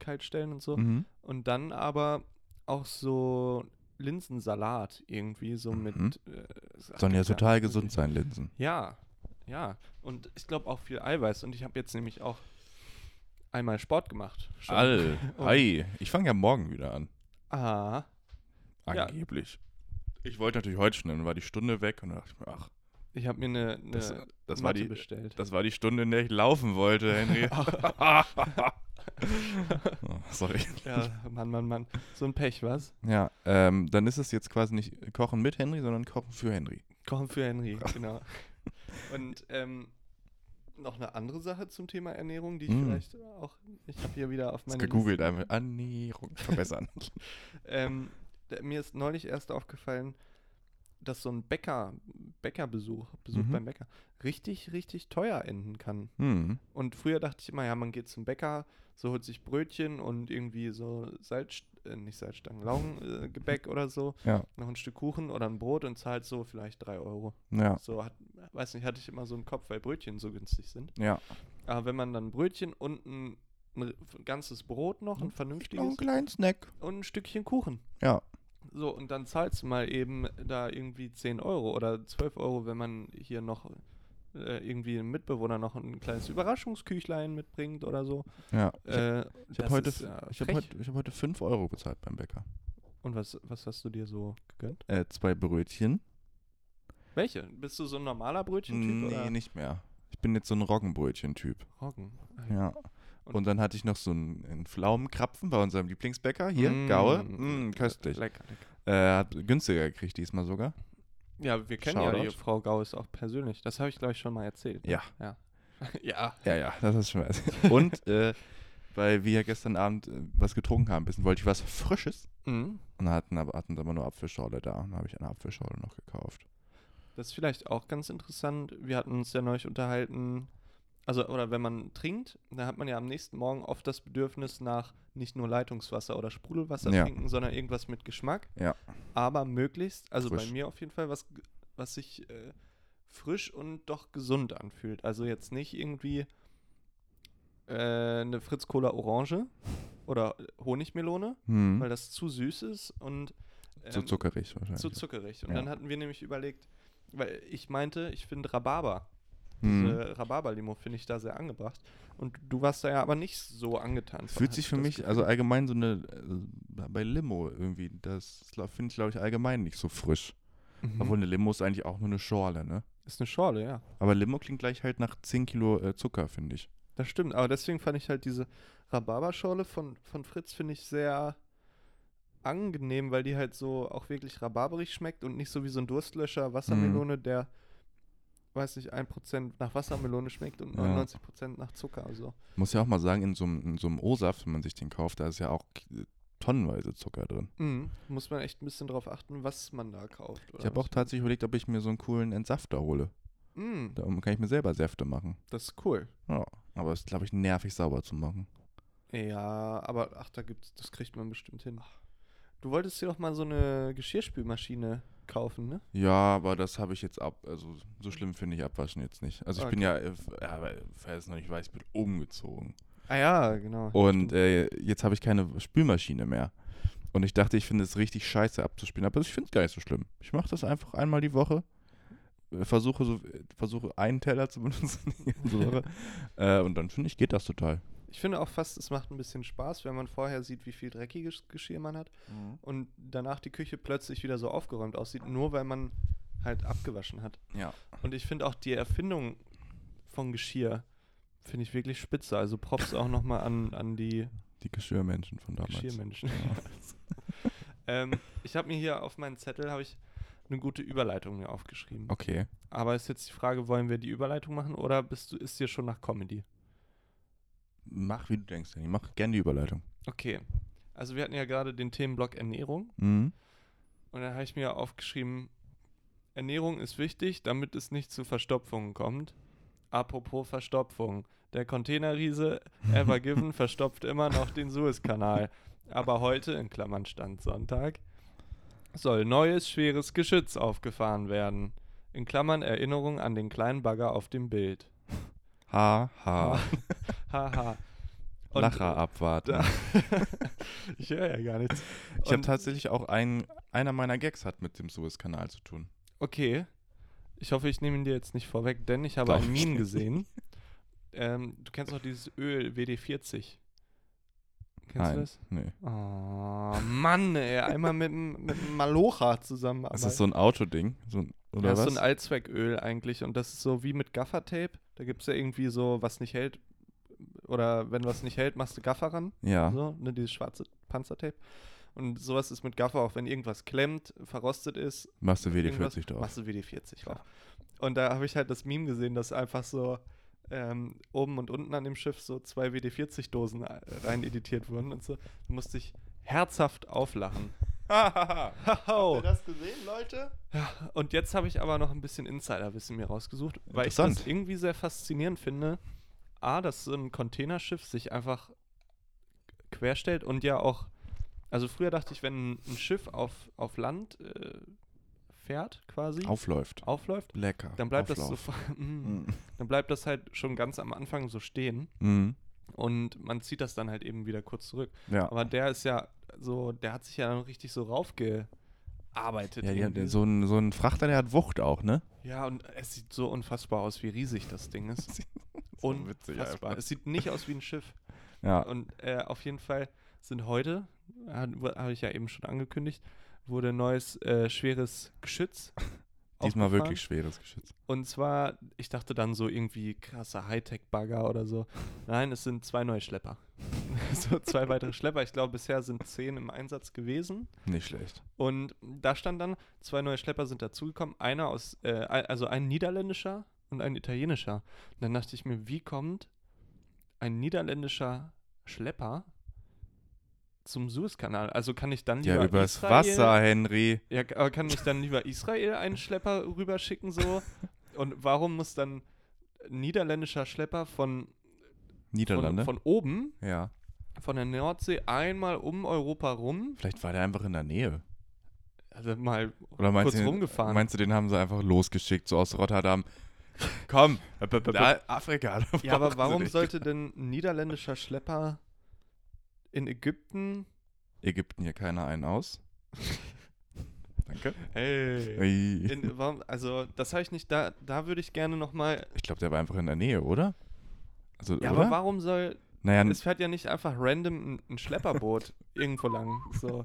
Speaker 3: kalt stellen und so.
Speaker 2: Mhm.
Speaker 3: Und dann aber auch so Linsensalat irgendwie, so mit.
Speaker 2: Mhm.
Speaker 3: äh, es hat
Speaker 2: Sollen ja
Speaker 3: jetzt ja
Speaker 2: total
Speaker 3: alles
Speaker 2: gesund
Speaker 3: Mögliche.
Speaker 2: sein, Linsen.
Speaker 3: Ja, ja. Und ich glaube auch viel Eiweiß. Und ich habe jetzt nämlich auch einmal Sport gemacht. Schon.
Speaker 2: All,
Speaker 3: Und-
Speaker 2: ei. Ich fange ja morgen wieder an.
Speaker 3: Ah, Ja.
Speaker 2: Angeblich. Ich wollte natürlich heute schon, dann war die Stunde weg und dann dachte ich mir, ach,
Speaker 3: ich habe mir eine ne
Speaker 2: das, das,
Speaker 3: Matte
Speaker 2: war die,
Speaker 3: bestellt.
Speaker 2: das war die Stunde, in der ich laufen wollte, Henry. oh, sorry.
Speaker 3: ja, Mann, Mann, Mann. So ein Pech, was?
Speaker 2: Ja, ähm, dann ist es jetzt quasi nicht Kochen mit Henry, sondern Kochen für Henry.
Speaker 3: Kochen für Henry, genau. Und ähm, noch eine andere Sache zum Thema Ernährung, die ich
Speaker 2: Mm.
Speaker 3: vielleicht auch, ich habe hier wieder auf
Speaker 2: Das
Speaker 3: meine
Speaker 2: gegoogelt einfach. Annäherung verbessern.
Speaker 3: Ähm, d- mir ist neulich erst aufgefallen, dass so ein Bäcker, Bäckerbesuch, Besuch
Speaker 2: Mhm.
Speaker 3: beim Bäcker, richtig, richtig teuer enden kann.
Speaker 2: hm.
Speaker 3: Und früher dachte ich immer, ja, man geht zum Bäcker, so holt sich Brötchen und irgendwie so Salz, äh, nicht Salzstangen, Laugengebäck äh, Gebäck oder so,
Speaker 2: Ja.
Speaker 3: noch ein Stück Kuchen oder ein Brot und zahlt so vielleicht 3 Euro.
Speaker 2: Ja.
Speaker 3: So hat, weiß nicht, hatte ich immer so im Kopf, weil Brötchen so günstig sind.
Speaker 2: Ja.
Speaker 3: Aber wenn man dann Brötchen und ein, ein ganzes Brot noch,
Speaker 2: Hm,
Speaker 3: ein vernünftiges
Speaker 2: kleinen Snack.
Speaker 3: und ein Stückchen Kuchen.
Speaker 2: Ja.
Speaker 3: So, und dann zahlst du mal eben da irgendwie 10 Euro oder 12 Euro, wenn man hier noch äh, irgendwie ein Mitbewohner noch ein kleines Überraschungsküchlein mitbringt oder so.
Speaker 2: Ja. Ich, hab-
Speaker 3: Äh,
Speaker 2: ich habe
Speaker 3: das
Speaker 2: heute,
Speaker 3: ist ja
Speaker 2: ich hab
Speaker 3: frech.
Speaker 2: heute, ich hab heute 5 Euro bezahlt beim Bäcker.
Speaker 3: Und was, was hast du dir so gegönnt?
Speaker 2: Äh, zwei Brötchen.
Speaker 3: Welche? Bist du so ein normaler Brötchentyp
Speaker 2: Nee,
Speaker 3: oder
Speaker 2: nicht mehr. Ich bin jetzt so ein Roggenbrötchen-Typ.
Speaker 3: Roggen?
Speaker 2: Ja.
Speaker 3: Und-
Speaker 2: Und, dann hatte ich noch so einen, einen Pflaumenkrapfen bei unserem Lieblingsbäcker hier,
Speaker 3: Mm.
Speaker 2: Gaue. Mm, köstlich.
Speaker 3: Lecker, lecker.
Speaker 2: Äh, hab günstiger gekriegt diesmal sogar.
Speaker 3: Ja, wir kennen ja die
Speaker 2: Shoutout.
Speaker 3: Frau Gauss auch persönlich. Das habe ich, glaube ich, schon mal erzählt.
Speaker 2: Ja.
Speaker 3: ja.
Speaker 2: Ja, ja, das ist schon was. Und äh, weil wir ja gestern Abend äh, was getrunken haben, bisschen wollte ich was Frisches.
Speaker 3: Mhm.
Speaker 2: Und hatten aber, hatten aber nur Apfelschorle da. Und habe ich eine Apfelschorle noch gekauft.
Speaker 3: Das ist vielleicht auch ganz interessant. Wir hatten uns ja neulich unterhalten. Also, oder wenn man trinkt, dann hat man ja am nächsten Morgen oft das Bedürfnis nach nicht nur Leitungswasser oder Sprudelwasser
Speaker 2: Ja.
Speaker 3: trinken, sondern irgendwas mit Geschmack.
Speaker 2: Ja.
Speaker 3: Aber möglichst, also bei
Speaker 2: Frisch.
Speaker 3: mir auf jeden Fall, was, ge- was sich äh, frisch und doch gesund anfühlt. Also jetzt nicht irgendwie äh, eine Fritz-Cola-Orange oder äh, Honigmelone,
Speaker 2: Hm.
Speaker 3: weil das zu süß ist und
Speaker 2: zu
Speaker 3: ähm,
Speaker 2: zuckerig wahrscheinlich.
Speaker 3: zu zuckerig. Und
Speaker 2: Ja.
Speaker 3: dann hatten wir nämlich überlegt, weil ich meinte, ich finde Rhabarber,
Speaker 2: hm.
Speaker 3: diese Rhabarber-Limo finde ich da sehr angebracht. Und du warst da ja aber nicht so angetan. von,
Speaker 2: Fühlt
Speaker 3: hatte
Speaker 2: sich
Speaker 3: ich
Speaker 2: für
Speaker 3: das
Speaker 2: mich,
Speaker 3: Gefühl.
Speaker 2: also allgemein so eine, äh, bei Limo irgendwie, das gla- finde ich glaube ich allgemein nicht so frisch.
Speaker 3: Mhm.
Speaker 2: Obwohl eine Limo ist eigentlich auch nur eine Schorle, ne?
Speaker 3: ist eine Schorle, ja.
Speaker 2: Aber Limo klingt gleich halt nach 10 Kilo äh, Zucker, finde ich.
Speaker 3: Das stimmt, aber deswegen fand ich halt diese Rhabarberschorle von, von Fritz, finde ich, sehr angenehm, weil die halt so auch wirklich rhabarberig schmeckt und nicht so wie so ein Durstlöscher Wassermelone,
Speaker 2: Mhm.
Speaker 3: der, weiß nicht, 1% nach Wassermelone schmeckt und
Speaker 2: Ja.
Speaker 3: 99% nach Zucker. Also.
Speaker 2: Muss ja auch mal sagen, in so einem, in so einem O-Saft, wenn man sich den kauft, da ist ja auch äh, tonnenweise Zucker drin.
Speaker 3: Mhm. Muss man echt ein bisschen drauf achten, was man da kauft.
Speaker 2: Ich habe auch tatsächlich überlegt, ob ich mir so einen coolen Entsafter hole.
Speaker 3: Mhm,
Speaker 2: Da kann ich mir selber Säfte machen.
Speaker 3: das ist cool.
Speaker 2: Ja, aber ist, glaube ich, nervig sauber zu machen.
Speaker 3: Ja, aber ach, da gibt's, das kriegt man bestimmt hin. Du wolltest dir doch mal so eine Geschirrspülmaschine kaufen, ne?
Speaker 2: Ja, aber das habe ich jetzt ab. Also, so schlimm finde ich Abwaschen jetzt nicht. Also, ich bin ja, äh, f- ja, aber, falls es noch nicht weiß, ich bin umgezogen.
Speaker 3: Ah ja, genau.
Speaker 2: Und äh, jetzt habe ich keine Spülmaschine mehr. Und ich dachte, ich finde es richtig scheiße abzuspielen, aber ich finde es gar nicht so schlimm. Ich mache das einfach einmal die Woche. äh, Versuche, so, äh, versuche einen Teller zu benutzen die ganze Woche. äh, und dann finde ich, geht das total.
Speaker 3: Ich finde auch fast, es macht ein bisschen Spaß, wenn man vorher sieht, wie viel dreckiges Geschirr man hat und danach die Küche plötzlich wieder so aufgeräumt aussieht, nur weil man halt abgewaschen hat.
Speaker 2: Ja.
Speaker 3: Und ich finde auch die Erfindung von Geschirr, finde ich wirklich spitze. Also Props auch nochmal an, an die
Speaker 2: Die Geschirrmenschen von damals.
Speaker 3: Geschirrmenschen. ähm, ich habe mir hier auf meinen Zettel habe ich eine gute Überleitung mir aufgeschrieben.
Speaker 2: Okay.
Speaker 3: Aber ist jetzt die Frage, wollen wir die Überleitung machen oder bist du ist dir schon nach Comedy?
Speaker 2: Mach, wie du denkst, Danny. Mach gerne die Überleitung.
Speaker 3: Okay. Also wir hatten ja gerade den Themenblock Ernährung
Speaker 2: Mhm.
Speaker 3: und dann habe ich mir aufgeschrieben, Ernährung ist wichtig, damit es nicht zu Verstopfungen kommt. Apropos Verstopfung. Der Containerriese Evergiven verstopft immer noch den Suezkanal. Aber heute, in Klammern Stand Sonntag, soll neues schweres Geschütz aufgefahren werden. In Klammern Erinnerung an den kleinen Bagger auf dem Bild.
Speaker 2: Ha, ha.
Speaker 3: Haha. Und-
Speaker 2: Ah. Lacher abwarten.
Speaker 3: Da- ich höre ja gar nichts.
Speaker 2: ich habe
Speaker 3: Und-
Speaker 2: tatsächlich auch einen, einer meiner Gags hat mit dem Suezkanal zu tun.
Speaker 3: Okay. Ich hoffe, ich nehme ihn dir jetzt nicht vorweg, denn ich habe
Speaker 2: Doch.
Speaker 3: einen Meme gesehen. ähm, du kennst noch dieses Öl WD40. Kennst
Speaker 2: Nein.
Speaker 3: du das?
Speaker 2: Nee.
Speaker 3: Oh, Mann, ey. Einmal mit, dem- mit dem Malocha zusammen.
Speaker 2: Ist das so ein Autoding? So ein, oder
Speaker 3: das
Speaker 2: was?
Speaker 3: ist so ein Allzwecköl eigentlich und das ist so wie mit Gaffertape. Da gibt es ja irgendwie so, was nicht hält. Oder wenn was nicht hält, machst du Gaffer ran.
Speaker 2: ja.
Speaker 3: So, ne, dieses schwarze Panzertape. Und sowas ist mit Gaffer, auch wenn irgendwas klemmt, verrostet ist,
Speaker 2: Machst du
Speaker 3: irgendwas,
Speaker 2: WD-40 drauf.
Speaker 3: Machst du WD-40 drauf. Und da habe ich halt das Meme gesehen, dass einfach so ähm, oben und unten an dem Schiff so zwei WD-40-Dosen äh, rein editiert wurden und so. Da musste ich herzhaft auflachen. Hahaha.
Speaker 1: das gesehen, Leute?
Speaker 3: und jetzt habe ich aber noch ein bisschen Insiderwissen mir rausgesucht, weil ich das
Speaker 2: Interessant.
Speaker 3: irgendwie sehr faszinierend finde. A, dass so ein Containerschiff sich einfach querstellt und ja auch, also früher dachte ich, wenn ein Schiff auf, auf Land äh, fährt quasi,
Speaker 2: Aufläuft.
Speaker 3: aufläuft,
Speaker 2: Lecker.
Speaker 3: dann bleibt das so,
Speaker 2: Auflauf.
Speaker 3: mm,
Speaker 2: Mm.
Speaker 3: dann bleibt das halt schon ganz am Anfang so stehen
Speaker 2: Mhm.
Speaker 3: und man zieht das dann halt eben wieder kurz zurück.
Speaker 2: Ja.
Speaker 3: Aber der ist ja so, der hat sich ja dann richtig so raufgearbeitet.
Speaker 2: ja, die
Speaker 3: irgendwie.
Speaker 2: hat, so, ein, so ein Frachter, der hat Wucht auch, ne?
Speaker 3: Ja, und es sieht so unfassbar aus, wie riesig das Ding ist.
Speaker 2: witzig
Speaker 3: unfassbar.
Speaker 2: einfach.
Speaker 3: Es sieht nicht aus wie ein Schiff.
Speaker 2: Ja,
Speaker 3: Und äh, auf jeden Fall sind heute, habe ich ja eben schon angekündigt, wurde ein neues äh, schweres Geschütz.
Speaker 2: diesmal
Speaker 3: aufgefahren.
Speaker 2: wirklich schweres Geschütz.
Speaker 3: Und zwar, ich dachte dann so irgendwie krasse Hightech-Bagger oder so. Nein, es sind zwei neue Schlepper. so zwei weitere Schlepper. Ich glaube, bisher sind zehn im Einsatz gewesen.
Speaker 2: Nicht schlecht.
Speaker 3: Und da stand dann, zwei neue Schlepper sind dazugekommen, einer aus, äh, also ein niederländischer und ein italienischer. Und dann dachte ich mir, wie kommt ein niederländischer Schlepper zum Suezkanal? Also kann ich dann lieber
Speaker 2: Ja, übers
Speaker 3: Israel,
Speaker 2: Wasser, Henry.
Speaker 3: Ja, aber kann ich dann lieber Israel einen Schlepper rüberschicken so? Und warum muss dann ein niederländischer Schlepper von,
Speaker 2: Niederlande.
Speaker 3: von, von oben,
Speaker 2: ja.
Speaker 3: von der Nordsee einmal um Europa rum,
Speaker 2: Vielleicht war der einfach in der Nähe.
Speaker 3: also mal
Speaker 2: Oder meinst
Speaker 3: kurz
Speaker 2: du, den-
Speaker 3: rumgefahren?
Speaker 2: Meinst du, den haben sie einfach losgeschickt, so aus Rotterdam? Komm, da, Afrika. da
Speaker 3: Ja,
Speaker 2: brauchen
Speaker 3: aber
Speaker 2: sie
Speaker 3: warum
Speaker 2: dich.
Speaker 3: sollte denn ein niederländischer Schlepper in Ägypten?
Speaker 2: Ägypten hier keiner einen aus? Danke.
Speaker 3: Hey.
Speaker 2: Ui.
Speaker 3: In, warum, also, das habe ich nicht, da, da würde ich gerne nochmal.
Speaker 2: Ich glaube, der war einfach in der Nähe, oder? Also,
Speaker 3: Ja,
Speaker 2: oder?
Speaker 3: aber warum soll.
Speaker 2: naja,
Speaker 3: Es fährt ja nicht einfach random ein, ein Schlepperboot irgendwo lang. So.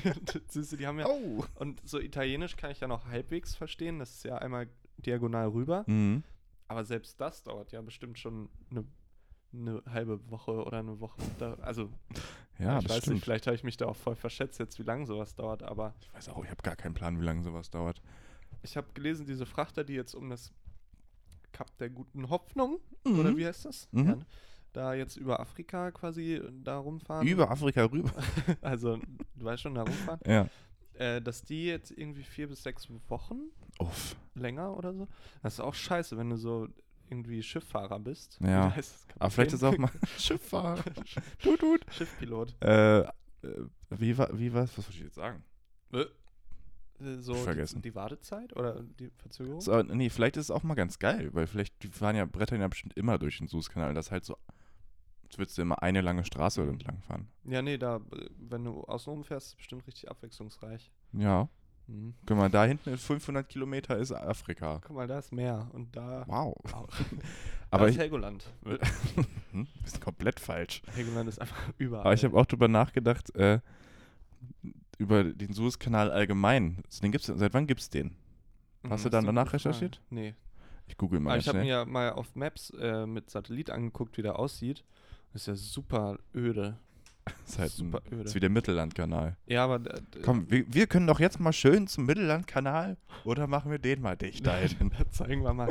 Speaker 3: Siehst du, die haben ja.
Speaker 2: oh.
Speaker 3: Und so italienisch kann ich ja noch halbwegs verstehen. Das ist ja einmal diagonal rüber.
Speaker 2: mhm.
Speaker 3: Aber selbst das dauert ja bestimmt schon eine, eine halbe Woche oder eine Woche. Da, also,
Speaker 2: ja
Speaker 3: ich
Speaker 2: das
Speaker 3: weiß
Speaker 2: stimmt.
Speaker 3: nicht, vielleicht habe ich mich da auch voll verschätzt jetzt, wie lange sowas dauert, aber.
Speaker 2: ich weiß auch, ich habe gar keinen Plan, wie lange sowas dauert.
Speaker 3: Ich habe gelesen, diese Frachter, die jetzt um das Kap der guten Hoffnung, oder wie heißt das?
Speaker 2: Mhm.
Speaker 3: Ja, ne? da jetzt über Afrika quasi da rumfahren.
Speaker 2: Über Afrika rüber.
Speaker 3: Also, du weißt schon, da rumfahren.
Speaker 2: ja.
Speaker 3: Äh, dass die jetzt irgendwie vier bis sechs Wochen
Speaker 2: Uff.
Speaker 3: länger oder so. Das ist auch scheiße, wenn du so irgendwie Schifffahrer bist.
Speaker 2: Ja.
Speaker 3: Wie heißt das?
Speaker 2: Aber vielleicht ist auch
Speaker 3: Kapitän?
Speaker 2: mal Schifffahrer. tut, tut.
Speaker 3: Schiffpilot.
Speaker 2: Äh, äh, wie war, wie war's? Was wollte ich jetzt sagen?
Speaker 3: Äh, So
Speaker 2: Ich
Speaker 3: die,
Speaker 2: vergessen.
Speaker 3: die Wartezeit oder die Verzögerung?
Speaker 2: So, nee, vielleicht ist es auch mal ganz geil, weil vielleicht die fahren ja Brettern ja bestimmt immer durch den Suezkanal. Das ist halt so, jetzt würdest du immer eine lange Straße
Speaker 3: Mhm.
Speaker 2: entlang fahren.
Speaker 3: Ja, nee, da, äh, wenn du außenrum fährst, ist bestimmt richtig abwechslungsreich.
Speaker 2: Ja,
Speaker 3: Mhm.
Speaker 2: guck mal, da hinten in 500 Kilometer ist Afrika.
Speaker 3: Guck mal, da ist Meer und da.
Speaker 2: Wow.
Speaker 3: Au.
Speaker 2: Aber
Speaker 3: das ist
Speaker 2: ich,
Speaker 3: Helgoland.
Speaker 2: hm, bist komplett falsch.
Speaker 3: Helgoland ist einfach überall.
Speaker 2: Aber ich habe auch drüber nachgedacht, äh, über den Suezkanal allgemein. Also Den gibt's, seit wann gibt's den?
Speaker 3: Mhm,
Speaker 2: hast du dann
Speaker 3: das ist eine
Speaker 2: danach
Speaker 3: gute Frage.
Speaker 2: recherchiert?
Speaker 3: Nee.
Speaker 2: Ich google mal.
Speaker 3: Aber
Speaker 2: ganz
Speaker 3: Ah, ich habe
Speaker 2: schnell.
Speaker 3: mir ja mal auf Maps äh, mit Satellit angeguckt, wie der aussieht. Das ist ja super öde.
Speaker 2: ist halt
Speaker 3: super
Speaker 2: ein,
Speaker 3: öde.
Speaker 2: ist wie der Mittellandkanal.
Speaker 3: Ja, aber äh, d- d-
Speaker 2: Komm, wir, wir können doch jetzt mal schön zum Mittellandkanal oder machen wir den mal dicht da hinten.
Speaker 3: da zeigen wir mal.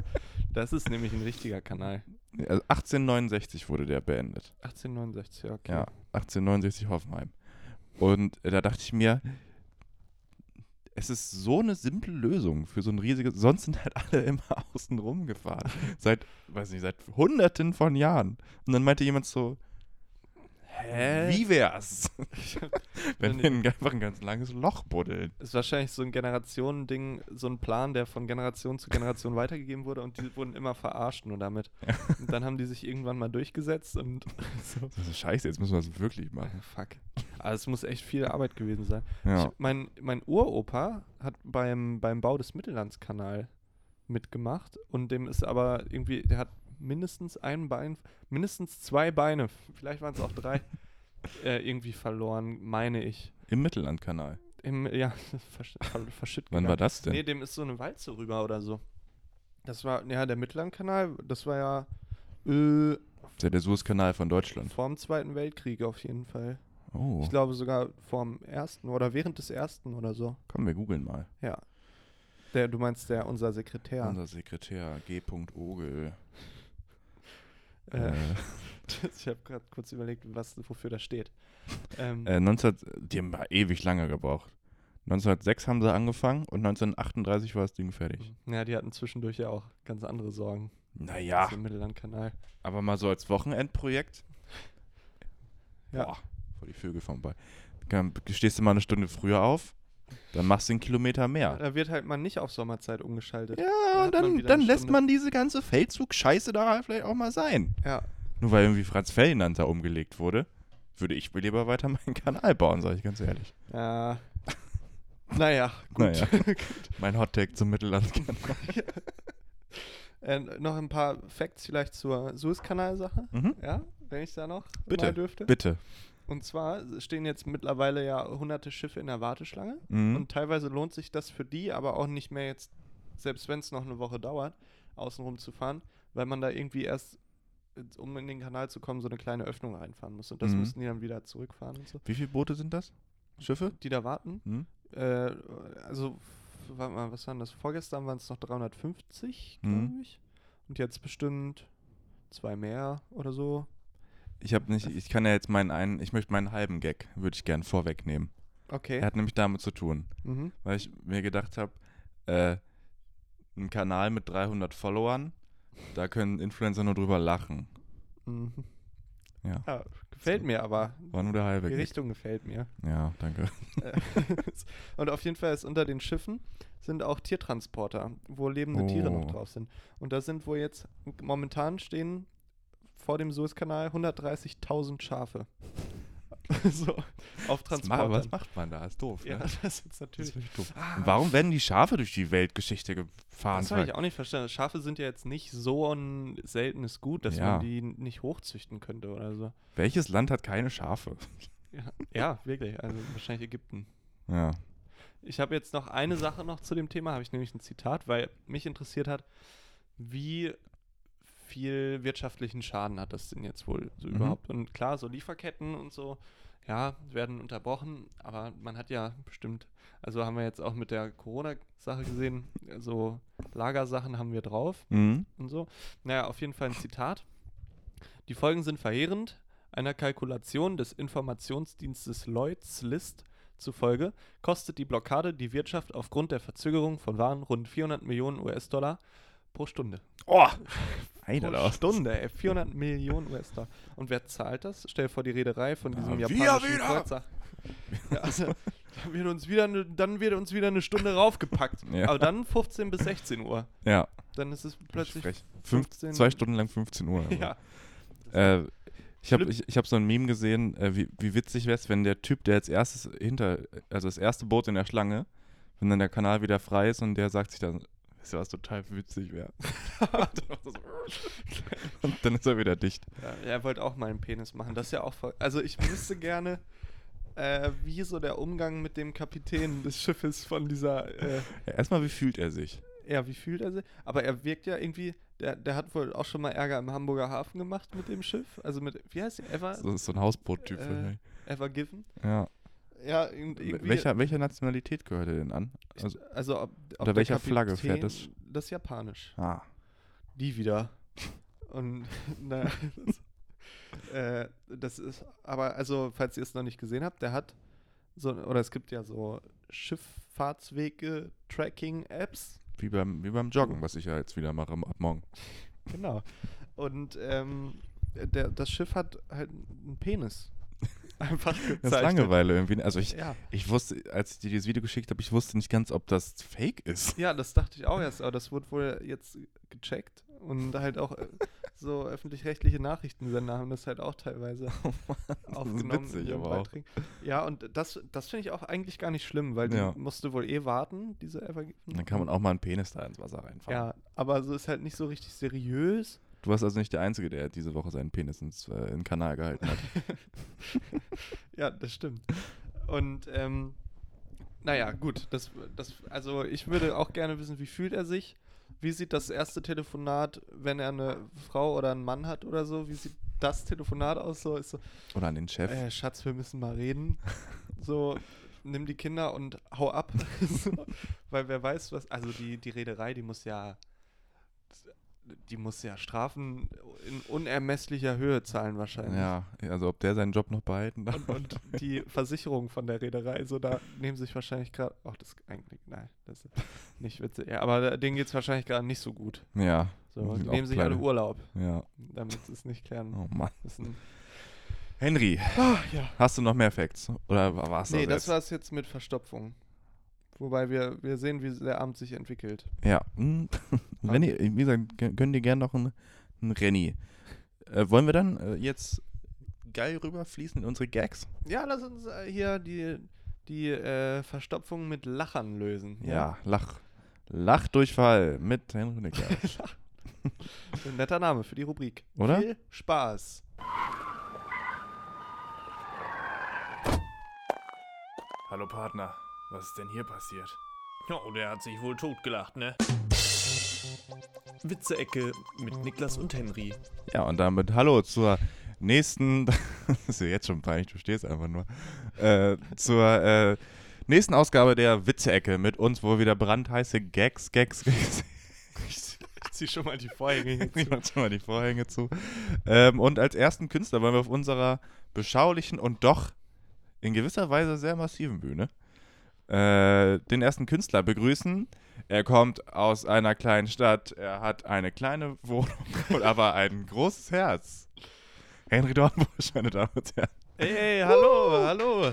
Speaker 3: Das ist nämlich ein richtiger Kanal.
Speaker 2: Also 1869 wurde der beendet.
Speaker 3: 1869, ja, okay.
Speaker 2: Ja, 1869 Hoffenheim. Und äh, da dachte ich mir, es ist so eine simple Lösung für so ein riesiges. Sonst sind halt alle immer außen rum gefahren. Seit, weiß nicht, seit Hunderten von Jahren. Und dann meinte jemand so,
Speaker 3: Hä?
Speaker 2: wie wär's, wenn
Speaker 3: Wenn-
Speaker 2: wir ein- einfach ein ganz langes Loch buddeln?
Speaker 3: Ist wahrscheinlich so ein Generationending, so ein Plan, der von Generation zu Generation weitergegeben wurde und die wurden immer verarscht nur damit. Und dann haben die sich irgendwann mal durchgesetzt und so.
Speaker 2: Das ist scheiße, jetzt müssen wir das wirklich machen.
Speaker 3: Fuck. Aber es muss echt viel Arbeit gewesen sein.
Speaker 2: Ja.
Speaker 3: Ich, mein, mein Uropa hat beim, beim Bau des Mittellandskanal mitgemacht und dem ist aber irgendwie, der hat mindestens ein Bein, mindestens zwei Beine, vielleicht waren es auch drei, äh, irgendwie verloren, meine ich.
Speaker 2: Im Mittellandkanal.
Speaker 3: Im, ja, versch ver verschütt
Speaker 2: Wann
Speaker 3: gegangen.
Speaker 2: war das denn?
Speaker 3: Nee, dem ist so eine Walze rüber oder so. Das war, ja, der Mittellandkanal, das war ja äh,
Speaker 2: Das ist ja der Suezkanal von Deutschland.
Speaker 3: vor dem Zweiten Weltkrieg auf jeden Fall.
Speaker 2: Oh,
Speaker 3: Ich glaube sogar vor dem Ersten oder während des Ersten oder so.
Speaker 2: Oh, komm, wir googeln mal.
Speaker 3: Ja. Der, du meinst der unser Sekretär.
Speaker 2: Unser Sekretär G. Ogel.
Speaker 3: äh,
Speaker 2: Äh,
Speaker 3: ich habe gerade kurz überlegt, was, wofür das steht. Ähm,
Speaker 2: äh, 19, die haben mal ewig lange gebraucht. 1906 haben sie angefangen und 1938 war das Ding fertig.
Speaker 3: ja, die hatten zwischendurch ja auch ganz andere Sorgen.
Speaker 2: Naja,
Speaker 3: So Im Mittellandkanal.
Speaker 2: aber mal so als Wochenendprojekt.
Speaker 3: Ja.
Speaker 2: Boah, voll die Vögel vom Ball. Dann Stehst du mal eine Stunde früher auf, dann machst du einen Kilometer mehr.
Speaker 3: Da wird halt mal nicht auf Sommerzeit umgeschaltet.
Speaker 2: Ah. Ja,
Speaker 3: hat man
Speaker 2: dann,
Speaker 3: wieder
Speaker 2: dann
Speaker 3: eine
Speaker 2: lässt
Speaker 3: Stunde.
Speaker 2: man diese ganze Feldzug-Scheiße da vielleicht auch mal sein.
Speaker 3: Ja.
Speaker 2: Nur weil irgendwie Franz Ferdinand da umgelegt wurde, würde ich lieber weiter meinen Kanal bauen, sage ich ganz ehrlich.
Speaker 3: Ja. Naja, gut.
Speaker 2: Naja. Mein Hottag zum Mittellandkanal.
Speaker 3: äh, noch ein paar Facts vielleicht zur Suezkanal-Sache.
Speaker 2: Mhm.
Speaker 3: Ja, wenn ich da noch
Speaker 2: Bitte,
Speaker 3: mal dürfte.
Speaker 2: Bitte.
Speaker 3: Und zwar stehen jetzt mittlerweile ja hunderte Schiffe in der Warteschlange.
Speaker 2: Mhm.
Speaker 3: Und teilweise lohnt sich das für die, aber auch nicht mehr jetzt, selbst wenn es noch eine Woche dauert, außenrum zu fahren, weil man da irgendwie erst, äh, um in den Kanal zu kommen, so eine kleine Öffnung reinfahren muss. Und das
Speaker 2: Mhm.
Speaker 3: müssen die dann wieder zurückfahren und so.
Speaker 2: Wie viele Boote sind das? Schiffe?
Speaker 3: Die da warten.
Speaker 2: Hm?
Speaker 3: Äh, also, warte mal, was waren das? Vorgestern waren es noch 350,
Speaker 2: Mhm.
Speaker 3: glaube ich. Und jetzt bestimmt zwei mehr oder so.
Speaker 2: Ich habe nicht, ich kann ja jetzt meinen einen, ich möchte meinen halben Gag, würde ich gern vorwegnehmen.
Speaker 3: Okay.
Speaker 2: Er hat nämlich damit zu tun,
Speaker 3: Mhm.
Speaker 2: weil ich mir gedacht habe, äh, ein Kanal mit 300 Followern, da können Influencer nur drüber lachen.
Speaker 3: Mhm.
Speaker 2: Ja.
Speaker 3: ja. Gefällt mir aber.
Speaker 2: War nur der halbe
Speaker 3: Die
Speaker 2: Gag.
Speaker 3: Richtung gefällt mir.
Speaker 2: Ja, danke.
Speaker 3: Äh, und auf jeden Fall ist unter den Schiffen sind auch Tiertransporter, wo lebende Tiere noch
Speaker 2: Oh.
Speaker 3: drauf sind. Und da sind wohl jetzt, momentan stehen vor dem Suezkanal 130.000 Schafe. so, auf
Speaker 2: Was ma-
Speaker 3: Transportern.
Speaker 2: was macht man da? Ist doof,
Speaker 3: ja,
Speaker 2: ne?
Speaker 3: das ist
Speaker 2: Das ist
Speaker 3: natürlich.
Speaker 2: wirklich doof. Und warum werden die Schafe durch die Weltgeschichte gefahren?
Speaker 3: Das habe ich auch nicht verstanden. Also Schafe sind ja jetzt nicht so ein seltenes Gut, dass
Speaker 2: Ja.
Speaker 3: man die n- nicht hochzüchten könnte oder so.
Speaker 2: Welches Land hat keine Schafe?
Speaker 3: Ja, ja wirklich. Also wahrscheinlich Ägypten.
Speaker 2: Ja.
Speaker 3: Ich habe jetzt noch eine Sache noch zu dem Thema, habe ich nämlich ein Zitat, weil mich interessiert hat, wie viel wirtschaftlichen Schaden hat das denn jetzt wohl so
Speaker 2: Mhm.
Speaker 3: überhaupt? Und klar, so Lieferketten und so, ja, werden unterbrochen, aber man hat ja bestimmt, also haben wir jetzt auch mit der Corona-Sache gesehen, so Lagersachen haben wir drauf
Speaker 2: Mhm.
Speaker 3: und so. Naja, auf jeden Fall ein Zitat. Die Folgen sind verheerend. Einer Kalkulation des Informationsdienstes Lloyds List zufolge kostet die Blockade die Wirtschaft aufgrund der Verzögerung von Waren rund 400 Millionen US-Dollar pro Stunde.
Speaker 2: Oh!
Speaker 3: Pro Stunde, ey, 400 Millionen US-Dollar. Und wer zahlt das? Stell dir vor, die Reederei von diesem
Speaker 2: Na, wir
Speaker 3: japanischen
Speaker 2: wieder!
Speaker 3: Kreuzer. Ja, also, dann, wird uns wieder eine, dann wird uns wieder eine Stunde raufgepackt.
Speaker 2: Ja.
Speaker 3: Aber dann 15 bis 16 Uhr.
Speaker 2: Ja,
Speaker 3: Dann ist es plötzlich
Speaker 2: frech. Fünf,
Speaker 3: 15
Speaker 2: zwei Stunden lang 15 Uhr. aber-
Speaker 3: Ja.
Speaker 2: Äh, ich habe
Speaker 3: Schlimm.
Speaker 2: ich, ich hab so ein Meme gesehen, äh, wie, wie witzig wäre es, wenn der Typ, der als erstes hinter, also das erste Boot in der Schlange, wenn dann der Kanal wieder frei ist und der sagt sich dann, weißt du, was total witzig wäre. und dann ist er wieder dicht.
Speaker 3: Ja, er wollte auch mal einen Penis machen. Das ist ja auch voll. Also ich wüsste gerne, äh, wie so der Umgang mit dem Kapitän des Schiffes von dieser. Äh,
Speaker 2: Ja, erstmal, wie fühlt er sich?
Speaker 3: ja, wie fühlt er sich? Aber er wirkt ja irgendwie. Der, der hat wohl auch schon mal Ärger im Hamburger Hafen gemacht mit dem Schiff. Also mit. Wie heißt der? Ever,
Speaker 2: Das ist so ein Hausboot-Typ.
Speaker 3: Äh,
Speaker 2: wahrscheinlich.
Speaker 3: Ever Given?
Speaker 2: ja.
Speaker 3: Ja, und irgendwie.
Speaker 2: Welcher, welcher Nationalität gehört er denn an? Also,
Speaker 3: Also ob, ob
Speaker 2: unter
Speaker 3: der
Speaker 2: welcher Flagge fährt
Speaker 3: Kapitän-
Speaker 2: das?
Speaker 3: Das ist japanisch.
Speaker 2: ah.
Speaker 3: die wieder. Und naja, das, äh, das ist, aber also, falls ihr es noch nicht gesehen habt, der hat so, oder es gibt ja so Schifffahrtswege, Tracking-Apps.
Speaker 2: Wie beim, wie beim Joggen, was ich ja jetzt wieder mache am- ab morgen.
Speaker 3: Genau. Und ähm, der, das Schiff hat halt einen Penis. Einfach gezeichnet.
Speaker 2: Das ist Langeweile irgendwie. Also ich,
Speaker 3: Ja.
Speaker 2: ich wusste, als ich dir dieses Video geschickt habe, ich wusste nicht ganz, ob das fake ist.
Speaker 3: ja, das dachte ich auch erst, aber das wurde wohl jetzt gecheckt und halt auch äh, so öffentlich-rechtliche Nachrichtensender haben das halt auch teilweise
Speaker 2: Oh
Speaker 3: aufgenommen. in
Speaker 2: witzig,
Speaker 3: ihren
Speaker 2: aber auch.
Speaker 3: Beiträgen. Ja, und das, das finde ich auch eigentlich gar nicht schlimm, weil
Speaker 2: Ja.
Speaker 3: die musste wohl eh warten, diese Evergiven.
Speaker 2: Dann kann man auch mal einen Penis da ins Wasser reinfahren.
Speaker 3: Ja, aber so ist halt nicht so richtig seriös.
Speaker 2: Du warst also nicht der Einzige, der diese Woche seinen Penis ins, äh, in den Kanal gehalten hat.
Speaker 3: Ja, das stimmt. Und ähm, naja, gut, das, das, also ich würde auch gerne wissen, wie fühlt er sich? Wie sieht das erste Telefonat, wenn er eine Frau oder einen Mann hat oder so? Wie sieht das Telefonat aus? So ist so,
Speaker 2: Oder an den Chef.
Speaker 3: Äh, Schatz, wir müssen mal reden. So, nimm die Kinder und hau ab. so, weil wer weiß, was. Also die, die Reederei, die muss ja. Die muss ja Strafen in unermesslicher Höhe zahlen, wahrscheinlich.
Speaker 2: ja, also ob der seinen Job noch behalten darf.
Speaker 3: Und, und die Versicherung von der Reederei, so da nehmen sich wahrscheinlich gerade. Ach, das ist eigentlich. Nein, das ist nicht witzig. Ja, aber denen geht es wahrscheinlich gerade nicht so gut.
Speaker 2: ja.
Speaker 3: So,
Speaker 2: sind
Speaker 3: die
Speaker 2: auch
Speaker 3: nehmen sich
Speaker 2: kleine-
Speaker 3: alle Urlaub,
Speaker 2: Ja.
Speaker 3: damit sie es nicht klären
Speaker 2: Oh Mann.
Speaker 3: müssen.
Speaker 2: Henry,
Speaker 3: ja.
Speaker 2: hast du noch mehr Facts? Oder war es
Speaker 3: Nee,
Speaker 2: das?
Speaker 3: das war es jetzt mit Verstopfung. Wobei wir, wir sehen, wie der Abend sich entwickelt.
Speaker 2: Ja. hm. Wenn ihr, wie gesagt, g- könnt ihr gerne noch ein, ein Renny. Äh, wollen wir dann äh, jetzt geil rüberfließen in unsere Gags?
Speaker 3: Ja, lass uns äh, hier die die äh, Verstopfung mit Lachern lösen.
Speaker 2: Ja, Lach. Lachdurchfall mit Henry Nickers.
Speaker 3: Ein netter Name für die Rubrik.
Speaker 2: Oder?
Speaker 3: Viel Spaß.
Speaker 4: Hallo Partner, was ist denn hier passiert? Oh, der hat sich wohl totgelacht, ne? Witze-Ecke mit Niklas und Henry.
Speaker 2: ja, und damit hallo zur nächsten. das ist ja jetzt schon peinlich, du stehst einfach nur. Äh, zur äh, nächsten Ausgabe der Witze-Ecke mit uns, wo wir wieder brandheiße Gags, Gags, Gags.
Speaker 3: Ich zieh schon mal die Vorhänge
Speaker 2: Ich mach schon mal die Vorhänge zu. Ähm, und als ersten Künstler wollen wir auf unserer beschaulichen und doch in gewisser Weise sehr massiven Bühne äh, den ersten Künstler begrüßen. Er kommt aus einer kleinen Stadt, er hat eine kleine Wohnung und aber ein großes Herz. Henry Dornbusch, meine Damen und Herren.
Speaker 3: Hey, hey, hallo, hallo.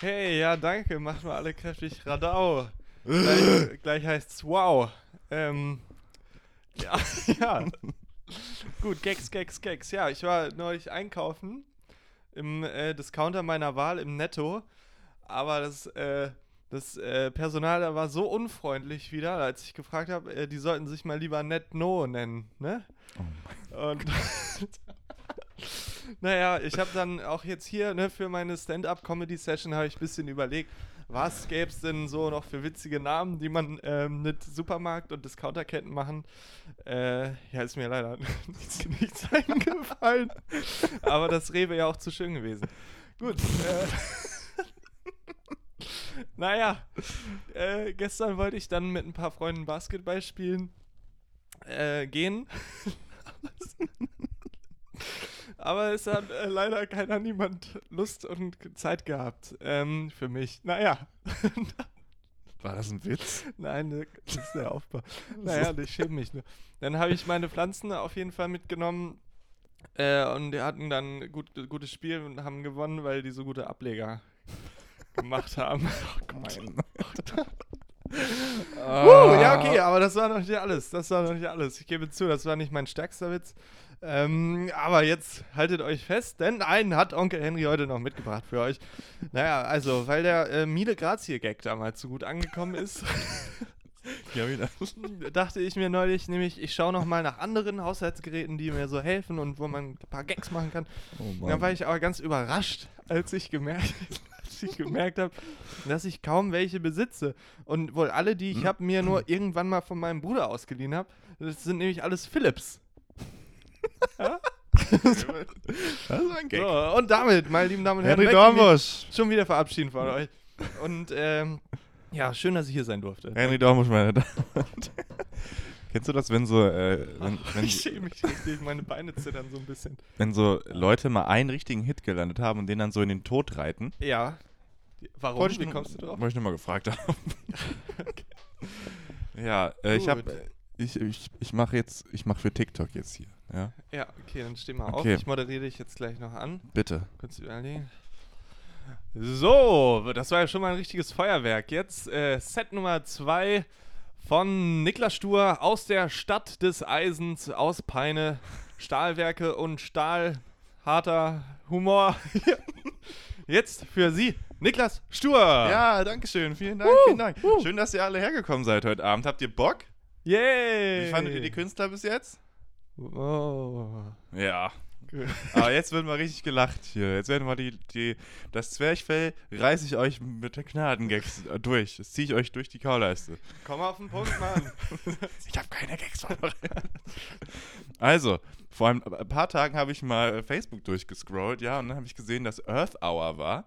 Speaker 3: Hey, ja, danke. Macht mal alle kräftig Radau. gleich, gleich heißt's wow. Ähm, ja, ja. Gut, Gags, Gags, Gags. Ja, ich war neulich einkaufen im äh, Discounter meiner Wahl im Netto. Aber das, äh, das äh, Personal da war so unfreundlich wieder, als ich gefragt habe, äh, die sollten sich mal lieber Netno nennen, ne? Und naja, ich habe dann auch jetzt hier ne, für meine Stand-up-Comedy-Session habe ich ein bisschen überlegt, was gäbe es denn so noch für witzige Namen, die man ähm, mit Supermarkt- und Discounterketten machen. Äh, ja, ist mir leider nichts, nichts eingefallen. Aber das Rewe ja auch zu schön gewesen. Gut. Äh, naja, äh, gestern wollte ich dann mit ein paar Freunden Basketball spielen äh, gehen. Aber es hat äh, leider keiner niemand Lust und Zeit gehabt. Ähm, für mich. Naja.
Speaker 2: War das ein Witz?
Speaker 3: Nein, ne, das ist der Aufbau. Naja, ich schäme mich nur. Dann habe ich meine Pflanzen auf jeden Fall mitgenommen. Äh, und die hatten dann gut, gutes Spiel und haben gewonnen, weil die so gute Ableger gemacht haben. Oh Gott. Uh,
Speaker 2: Ah.
Speaker 3: ja, okay, aber das war noch nicht alles. Das war noch nicht alles. Ich gebe zu, das war nicht mein stärkster Witz. Ähm, aber jetzt haltet euch fest, denn einen hat Onkel Henry heute noch mitgebracht für euch. Naja, also, weil der äh, Miele Grazie-Gag damals so gut angekommen ist,
Speaker 2: Ja, wieder.
Speaker 3: dachte ich mir neulich, nämlich, ich schaue nochmal nach anderen Haushaltsgeräten, die mir so helfen und wo man ein paar Gags machen kann.
Speaker 2: Oh
Speaker 3: Und Dann war ich aber ganz überrascht, als ich gemerkt, als ich gemerkt habe, dass ich kaum welche besitze. Und wohl alle, die
Speaker 2: Hm.
Speaker 3: ich habe, mir nur irgendwann mal von meinem Bruder ausgeliehen habe. Das sind nämlich alles Philips.
Speaker 2: das war ein Gag.
Speaker 3: So, und damit, meine lieben Damen und Herren,
Speaker 2: Henry
Speaker 3: möchte ich mich
Speaker 2: Dornbusch.
Speaker 3: schon wieder verabschieden von euch. Und ähm, ja, schön, dass ich hier sein durfte.
Speaker 2: Henry Dormusch, meine Damen und Herren. Kennst du das, wenn so, äh, wenn, wenn,
Speaker 3: Oh, Ich schäme mich richtig, meine Beine zittern so ein bisschen.
Speaker 2: wenn so Leute mal einen richtigen Hit gelandet haben und den dann so in den Tod reiten?
Speaker 3: Ja. Warum? Oh, Wie kommst du drauf?
Speaker 2: Wollte ich nochmal gefragt haben. Ja, äh, ich
Speaker 3: Gut.
Speaker 2: habe, ich, ich, ich mache jetzt, ich mache für TikTok jetzt hier. Ja,
Speaker 3: Ja, okay, dann steh mal auf.
Speaker 2: Okay.
Speaker 3: Ich moderiere dich jetzt gleich noch an.
Speaker 2: bitte.
Speaker 3: Kurz überlegen. So, das war ja schon mal ein richtiges Feuerwerk. Jetzt äh, Set Nummer 2 von Niklas Stur aus der Stadt des Eisens, aus Peine, Stahlwerke und Stahl, harter Humor. Jetzt für Sie, Niklas Stur.
Speaker 2: Ja, danke schön, vielen Dank, vielen Dank. Schön, dass ihr alle hergekommen seid heute Abend. Habt ihr Bock?
Speaker 3: Yay.
Speaker 2: Wie fandet ihr die Künstler bis jetzt?
Speaker 3: Oh.
Speaker 2: Ja. Aber Ah, jetzt wird mal richtig gelacht hier. Jetzt werden mal die, die das Zwerchfell reiß ich euch mit den Gnadengags äh, durch. Das ziehe ich euch durch die Kauleiste.
Speaker 3: Komm auf den Punkt, Mann.
Speaker 2: Ich habe keine Gags vorbereitet. Also, vor einem, ein paar Tagen habe ich mal Facebook durchgescrollt, ja, und dann habe ich gesehen, dass Earth Hour war.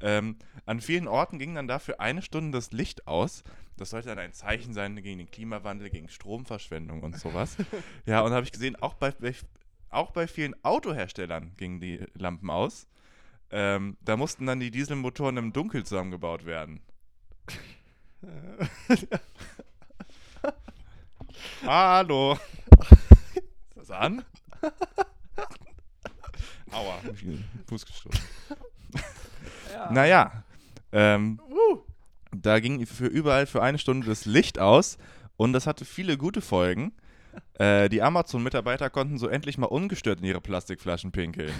Speaker 2: Ähm, an vielen Orten ging dann dafür eine Stunde das Licht aus. Das sollte dann ein Zeichen sein gegen den Klimawandel, gegen Stromverschwendung und sowas. ja, und habe ich gesehen, auch bei, bei- auch bei vielen Autoherstellern gingen die Lampen aus. Ähm, da mussten dann die Dieselmotoren im Dunkel zusammengebaut werden. Hallo. Ist das an? Aua. hab ich den Fuß gestoßen. Naja. Ähm, da ging für überall für eine Stunde das Licht aus und das hatte viele gute Folgen. Äh, die Amazon-Mitarbeiter konnten so endlich mal ungestört in ihre Plastikflaschen pinkeln.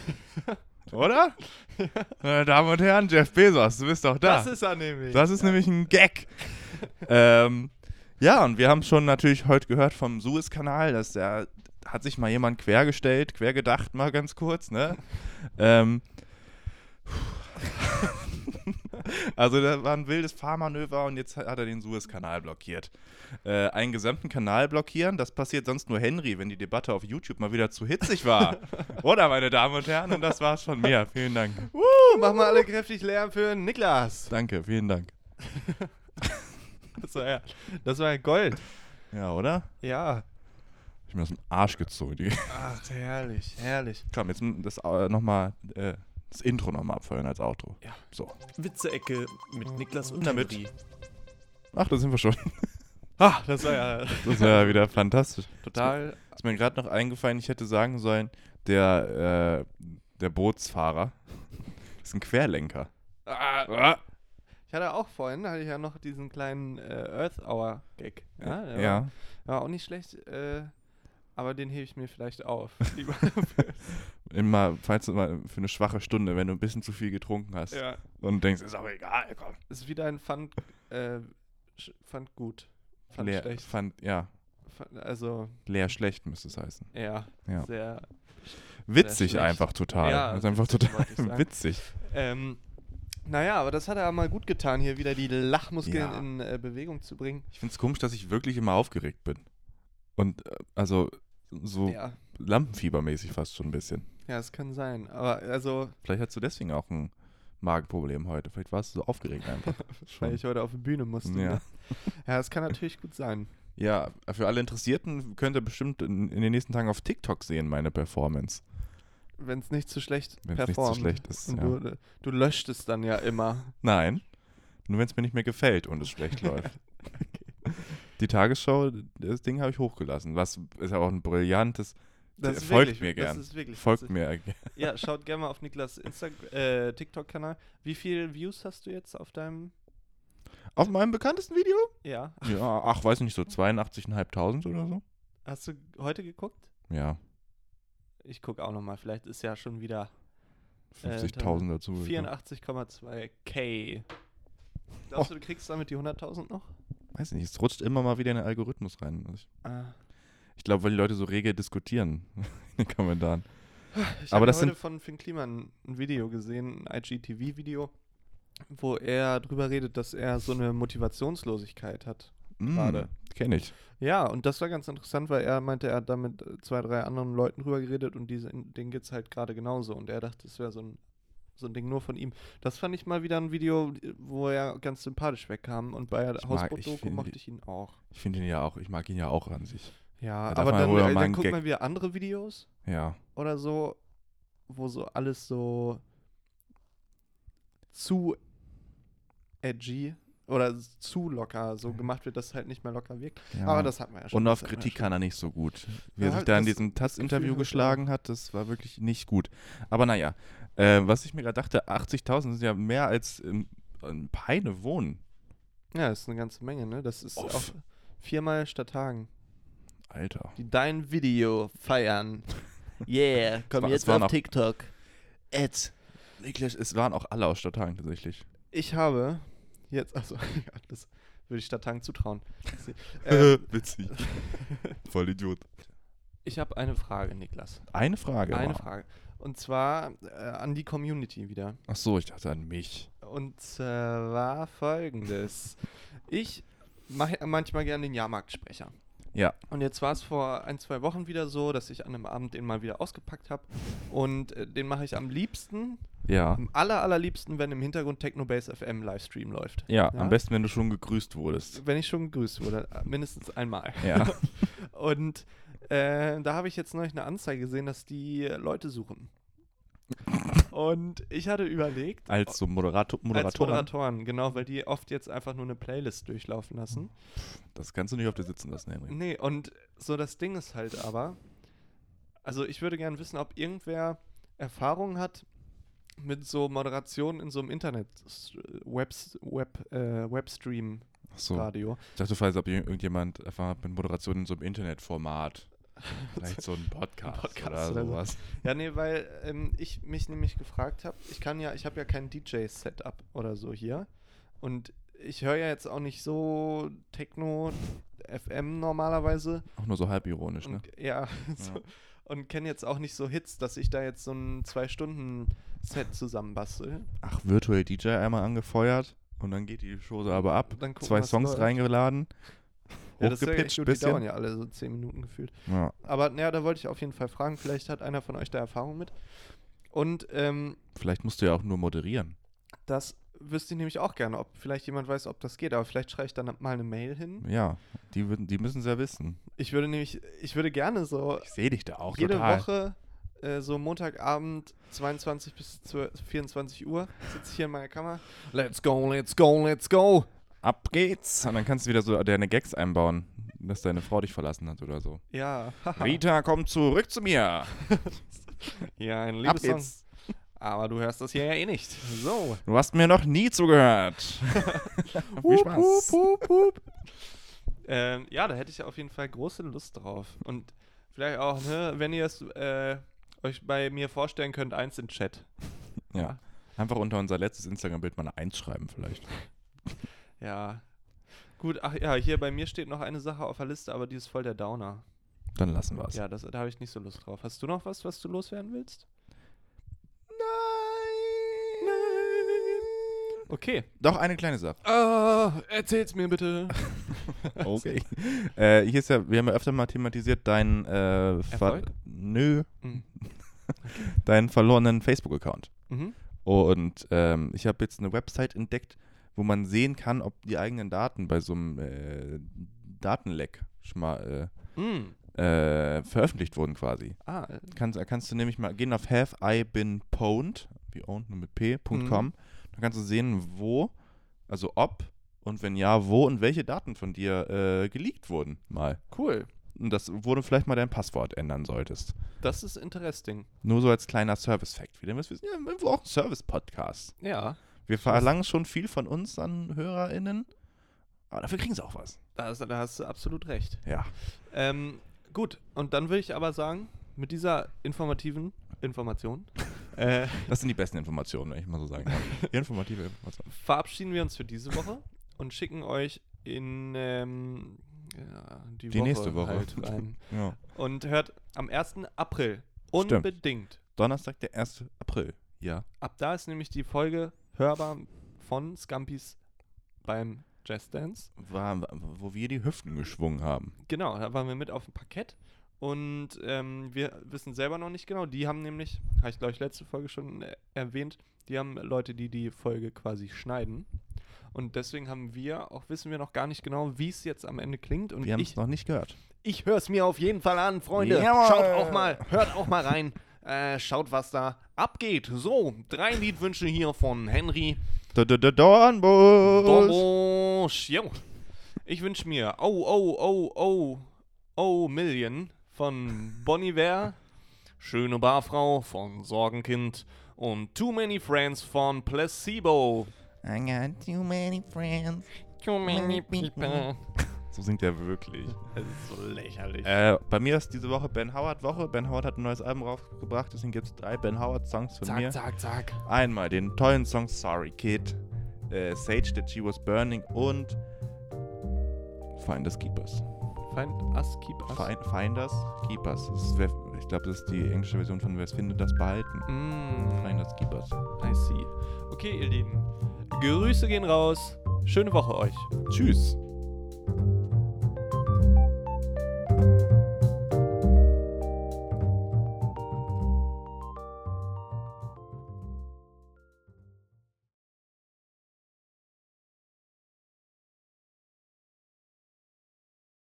Speaker 2: Oder? Meine Damen und Herren, Jeff Bezos, du bist doch da.
Speaker 3: Das ist er nämlich.
Speaker 2: Das ist nämlich ein Gag. ähm, ja, und wir haben schon natürlich heute gehört vom Suezkanal, dass der hat sich mal jemand quergestellt, quergedacht, mal ganz kurz, ne? ähm, also das war ein wildes Fahrmanöver und jetzt hat er den Suezkanal blockiert. Äh, einen gesamten Kanal blockieren, das passiert sonst nur Henry, wenn die Debatte auf YouTube mal wieder zu hitzig war. Oder, meine Damen und Herren? Und das war's von mir. Vielen Dank.
Speaker 3: Wuhu, machen wir alle kräftig Lärm für Niklas.
Speaker 2: Danke, vielen Dank.
Speaker 3: Das war ja, das war ja Gold.
Speaker 2: Ja, oder?
Speaker 3: Ja.
Speaker 2: Ich mir aus dem Arsch gezogen. Die
Speaker 3: Ach, herrlich, herrlich.
Speaker 2: Komm, jetzt das, äh, noch mal, äh, das Intro nochmal abfeuern als Outro.
Speaker 3: Ja.
Speaker 2: So.
Speaker 4: Witze-Ecke mit Niklas und
Speaker 2: Damit.
Speaker 4: Henry.
Speaker 2: Ach, da sind wir schon.
Speaker 3: Ah, das war ja
Speaker 2: Das war ja wieder fantastisch.
Speaker 3: total.
Speaker 2: Ist mir gerade noch eingefallen, ich hätte sagen sollen, der, äh, der Bootsfahrer ist ein Querlenker.
Speaker 3: Ah. Ich hatte auch vorhin, hatte ich ja noch diesen kleinen äh, Earth Hour Gag. Ah, Ja, der War,
Speaker 2: ja.
Speaker 3: der war auch nicht schlecht, äh, aber den hebe ich mir vielleicht auf. Lieber.
Speaker 2: Immer, falls du mal für eine schwache Stunde, wenn du ein bisschen zu viel getrunken hast
Speaker 3: ja.
Speaker 2: und denkst, ist auch egal, komm.
Speaker 3: Ist wieder ein Fand, äh, sch- fand gut. Fand
Speaker 2: leer,
Speaker 3: schlecht.
Speaker 2: Fand, ja,
Speaker 3: Fand, also,
Speaker 2: leer schlecht müsste es heißen.
Speaker 3: ja,
Speaker 2: Ja.
Speaker 3: sehr.
Speaker 2: Witzig
Speaker 3: schlecht.
Speaker 2: einfach total.
Speaker 3: Ja,
Speaker 2: ist einfach
Speaker 3: witzig,
Speaker 2: total
Speaker 3: wollte ich sagen.
Speaker 2: witzig.
Speaker 3: Ähm, naja, aber das hat er mal gut getan, hier wieder die Lachmuskeln
Speaker 2: Ja.
Speaker 3: in äh, Bewegung zu bringen.
Speaker 2: Ich finde es komisch, dass ich wirklich immer aufgeregt bin. Und äh, also so
Speaker 3: Ja,
Speaker 2: lampenfiebermäßig fast schon ein bisschen.
Speaker 3: ja, es kann sein. Aber also,
Speaker 2: Vielleicht hast du deswegen auch ein Magenproblem heute. Vielleicht warst du so aufgeregt einfach.
Speaker 3: weil
Speaker 2: schon.
Speaker 3: ich heute auf die Bühne musste.
Speaker 2: Ja.
Speaker 3: Ne? Ja, es kann natürlich gut sein.
Speaker 2: ja, für alle Interessierten könnt ihr bestimmt in, in den nächsten Tagen auf TikTok sehen, meine Performance.
Speaker 3: Wenn es nicht zu schlecht
Speaker 2: Wenn's nicht zu
Speaker 3: performt.
Speaker 2: schlecht ist,
Speaker 3: Und
Speaker 2: ja.
Speaker 3: du, äh, du löscht es dann ja immer.
Speaker 2: Nein, nur wenn es mir nicht mehr gefällt und es schlecht läuft. Die Tagesschau, das Ding habe ich hochgelassen. Was ist aber auch ein brillantes.
Speaker 3: Das
Speaker 2: Äh,
Speaker 3: ist
Speaker 2: folgt
Speaker 3: wirklich,
Speaker 2: mir gern.
Speaker 3: Das ist wirklich
Speaker 2: Folgt
Speaker 3: witzig.
Speaker 2: mir.
Speaker 3: Ja, schaut gerne mal auf Niklas Insta äh, TikTok-Kanal. Wie viele Views hast du jetzt auf deinem?
Speaker 2: Auf meinem bekanntesten Video?
Speaker 3: Ja.
Speaker 2: Ja, ach, weiß nicht, so 82.500 oder so.
Speaker 3: Hast du heute geguckt?
Speaker 2: Ja,
Speaker 3: Ich gucke auch nochmal. Vielleicht ist ja schon wieder
Speaker 2: 50.000 dazu. gekommen.
Speaker 3: 84,2k.
Speaker 2: Oh.
Speaker 3: Glaubst du, du kriegst damit die 100.000 noch?
Speaker 2: Weiß nicht, es rutscht immer mal wieder in den Algorithmus rein. Ich,
Speaker 3: Ah.
Speaker 2: ich glaube, weil die Leute so rege diskutieren in den Kommentaren.
Speaker 3: Ich
Speaker 2: Aber
Speaker 3: habe
Speaker 2: das
Speaker 3: heute
Speaker 2: sind-
Speaker 3: von Finn Kliman ein Video gesehen, ein IGTV-Video, wo er drüber redet, dass er so eine Motivationslosigkeit hat. Gerade.
Speaker 2: Kenne Hm, ich.
Speaker 3: Ja, und das war ganz interessant, weil er meinte, er hat da mit äh, zwei, drei anderen Leuten drüber geredet und diese, denen geht's halt gerade genauso. Und er dachte, es wäre so ein, so ein Ding nur von ihm. Das fand ich mal wieder ein Video, wo er ganz sympathisch wegkam. Und bei der
Speaker 2: Ich mag- ich
Speaker 3: Hausboot-Doku
Speaker 2: find-
Speaker 3: mochte ich ihn auch.
Speaker 2: Ich finde ihn ja auch, ich mag ihn ja auch an sich.
Speaker 3: Ja,
Speaker 2: Da darf
Speaker 3: aber
Speaker 2: man
Speaker 3: dann,
Speaker 2: wohl auch
Speaker 3: äh,
Speaker 2: mal
Speaker 3: dann
Speaker 2: einen
Speaker 3: guckt
Speaker 2: Gag-
Speaker 3: man wieder andere Videos
Speaker 2: Ja.
Speaker 3: oder so, wo so alles so zu edgy oder zu locker so gemacht wird, dass es halt nicht mehr locker wirkt.
Speaker 2: Mhm. ja.
Speaker 3: Aber das hatten wir ja schon. ne?
Speaker 2: Und auf
Speaker 3: das hatten wir
Speaker 2: Kritik
Speaker 3: ja
Speaker 2: kann er nicht so gut. Wie er
Speaker 3: Ja,
Speaker 2: sich da in
Speaker 3: das
Speaker 2: diesem Taz-Interview
Speaker 3: Gefühl hab ich
Speaker 2: geschlagen hat, das war wirklich nicht gut. Aber naja, äh, was ich mir gerade dachte, 80.000 sind ja mehr als in, in Peine wohnen.
Speaker 3: schon. Ja, das ist eine ganze Menge, ne? Das ist
Speaker 2: Uff.
Speaker 3: auch viermal statt Tagen,
Speaker 2: Alter.
Speaker 3: die dein Video feiern.
Speaker 5: Yeah, komm
Speaker 2: war- es
Speaker 5: jetzt
Speaker 2: waren
Speaker 5: auf
Speaker 2: auch-
Speaker 5: TikTok.
Speaker 2: Ads. Wirklich, es waren auch alle aus Stadthagen tatsächlich.
Speaker 3: Ich habe jetzt, also ja, das würde ich statt Tagen zutrauen. ähm,
Speaker 2: Äh, Witzig. Voll Idiot.
Speaker 3: ich habe eine Frage, Niklas.
Speaker 2: Eine Frage.
Speaker 3: Eine
Speaker 2: wow.
Speaker 3: Frage. Und zwar äh, an die Community wieder.
Speaker 2: Ach so, ich dachte an mich.
Speaker 3: Und zwar folgendes. Ich mache manchmal gerne den Jahrmarktsprecher.
Speaker 2: Ja.
Speaker 3: Und jetzt war es vor ein, zwei Wochen wieder so, dass ich an einem Abend den mal wieder ausgepackt habe. Und äh, den mache ich am liebsten,
Speaker 2: Ja.
Speaker 3: am aller, allerliebsten, wenn im Hintergrund Technobase FM Livestream läuft.
Speaker 2: Ja,
Speaker 3: Ja?
Speaker 2: am besten, wenn du schon gegrüßt wurdest.
Speaker 3: Wenn ich schon gegrüßt wurde, äh, mindestens einmal.
Speaker 2: Ja.
Speaker 3: Und äh, da habe ich jetzt neulich eine Anzeige gesehen, dass die Leute suchen. Und ich hatte überlegt,
Speaker 2: Als so Moderator,
Speaker 3: Als
Speaker 2: Moderatorin.
Speaker 3: Moderatoren, genau, weil die oft jetzt einfach nur eine Playlist durchlaufen lassen.
Speaker 2: Das kannst du nicht auf dir sitzen lassen, Henry.
Speaker 3: Nee, und so das Ding ist halt aber, also ich würde gerne wissen, ob irgendwer Erfahrung hat mit so Moderationen in so einem Internet, Web, Web, äh, Webstream.
Speaker 2: Ach so.
Speaker 3: Radio.
Speaker 2: Ich dachte vielleicht, ob ir- irgendjemand einfach mit Moderation in so einem Internetformat, vielleicht so ein Podcast,
Speaker 3: Podcast
Speaker 2: oder,
Speaker 3: oder so.
Speaker 2: sowas.
Speaker 3: Ja, nee, weil ähm, ich mich nämlich gefragt habe, ich kann ja, ich habe ja kein DJ-Setup oder so hier. Und ich höre ja jetzt auch nicht so Techno FM normalerweise.
Speaker 2: Auch nur so halbironisch, ne?
Speaker 3: Und, ja, so, und kenne jetzt auch nicht so Hits, dass ich da jetzt so ein Zwei-Stunden-Set zusammenbastel.
Speaker 2: Ach, Virtual DJ einmal angefeuert und dann geht die Chose aber ab.
Speaker 3: Dann gucken,
Speaker 2: Zwei
Speaker 3: was
Speaker 2: Songs
Speaker 3: läuft.
Speaker 2: reingeladen,
Speaker 3: Ja, das ist ja echt
Speaker 2: hochgepitcht
Speaker 3: gut, die dauern
Speaker 2: bisschen.
Speaker 3: ja alle so zehn Minuten gefühlt.
Speaker 2: Ja,
Speaker 3: Aber naja, da wollte ich auf jeden Fall fragen, vielleicht hat einer von euch da Erfahrung mit. Und ähm,
Speaker 2: vielleicht musst du ja auch nur moderieren.
Speaker 3: das wüsste ich nämlich auch gerne, ob vielleicht jemand weiß, ob das geht, aber vielleicht schreibe ich dann mal eine Mail hin.
Speaker 2: Ja, die, würden- die müssen es ja wissen.
Speaker 3: Ich würde nämlich, ich würde gerne so
Speaker 2: Ich sehe dich da auch
Speaker 3: jede
Speaker 2: total.
Speaker 3: Woche, äh, so Montagabend 22 bis 12, 24 Uhr, sitze ich hier in meiner Kammer. Let's go, let's go, let's go.
Speaker 2: Ab geht's. Und dann kannst du wieder so deine Gags einbauen, dass deine Frau dich verlassen hat oder so.
Speaker 3: Ja, haha.
Speaker 2: Rita, komm zurück zu mir.
Speaker 3: ja, ein
Speaker 2: Ab
Speaker 3: Liebessong.
Speaker 2: geht's.
Speaker 3: Aber du hörst das hier ja eh nicht. So.
Speaker 2: Du hast mir noch nie zugehört. Viel
Speaker 3: Hup,
Speaker 2: Spaß.
Speaker 3: hup, hup, hup. ähm, ja, da hätte ich auf jeden Fall große Lust drauf. Und vielleicht auch, ne, wenn ihr es äh, euch bei mir vorstellen könnt, eins in Chat.
Speaker 2: Ja. Einfach unter unser letztes Instagram-Bild mal eine Eins schreiben vielleicht.
Speaker 3: Ja. Gut, ach ja, hier bei mir steht noch eine Sache auf der Liste, aber die ist voll der Downer.
Speaker 2: Dann lassen wir's.
Speaker 3: Ja, das, da habe ich nicht so Lust drauf. Hast du noch was, was du loswerden willst?
Speaker 2: Nein. Nein.
Speaker 3: Okay.
Speaker 2: Doch eine kleine Sache.
Speaker 3: Ah, erzähl's mir bitte.
Speaker 2: Okay. äh, hier ist ja, wir haben ja öfter mal thematisiert deinen äh, ver-
Speaker 3: Erfolg?
Speaker 2: Nö,
Speaker 3: Mhm.
Speaker 2: deinen verlorenen Facebook-Account.
Speaker 3: Mhm.
Speaker 2: Und ähm, ich habe jetzt eine Website entdeckt, wo man sehen kann, ob die eigenen Daten bei so einem äh, Datenleck schon mal
Speaker 3: Mhm.
Speaker 2: äh, äh, veröffentlicht wurden quasi.
Speaker 3: Ah, äh,
Speaker 2: Kannst, kannst du nämlich mal gehen auf have I been pwned, wie owned nur mit p.com.
Speaker 3: Mhm.
Speaker 2: Dann kannst du sehen, wo, also ob und wenn ja, wo und welche Daten von dir äh, geleakt wurden mal.
Speaker 3: cool.
Speaker 2: Und das, wo du vielleicht mal dein Passwort ändern solltest.
Speaker 3: Das ist interesting. Ähm, äh, ähm, halt Genau, ähm, genau. äh, genau, Äh,
Speaker 2: Äh, äh,
Speaker 3: Mm,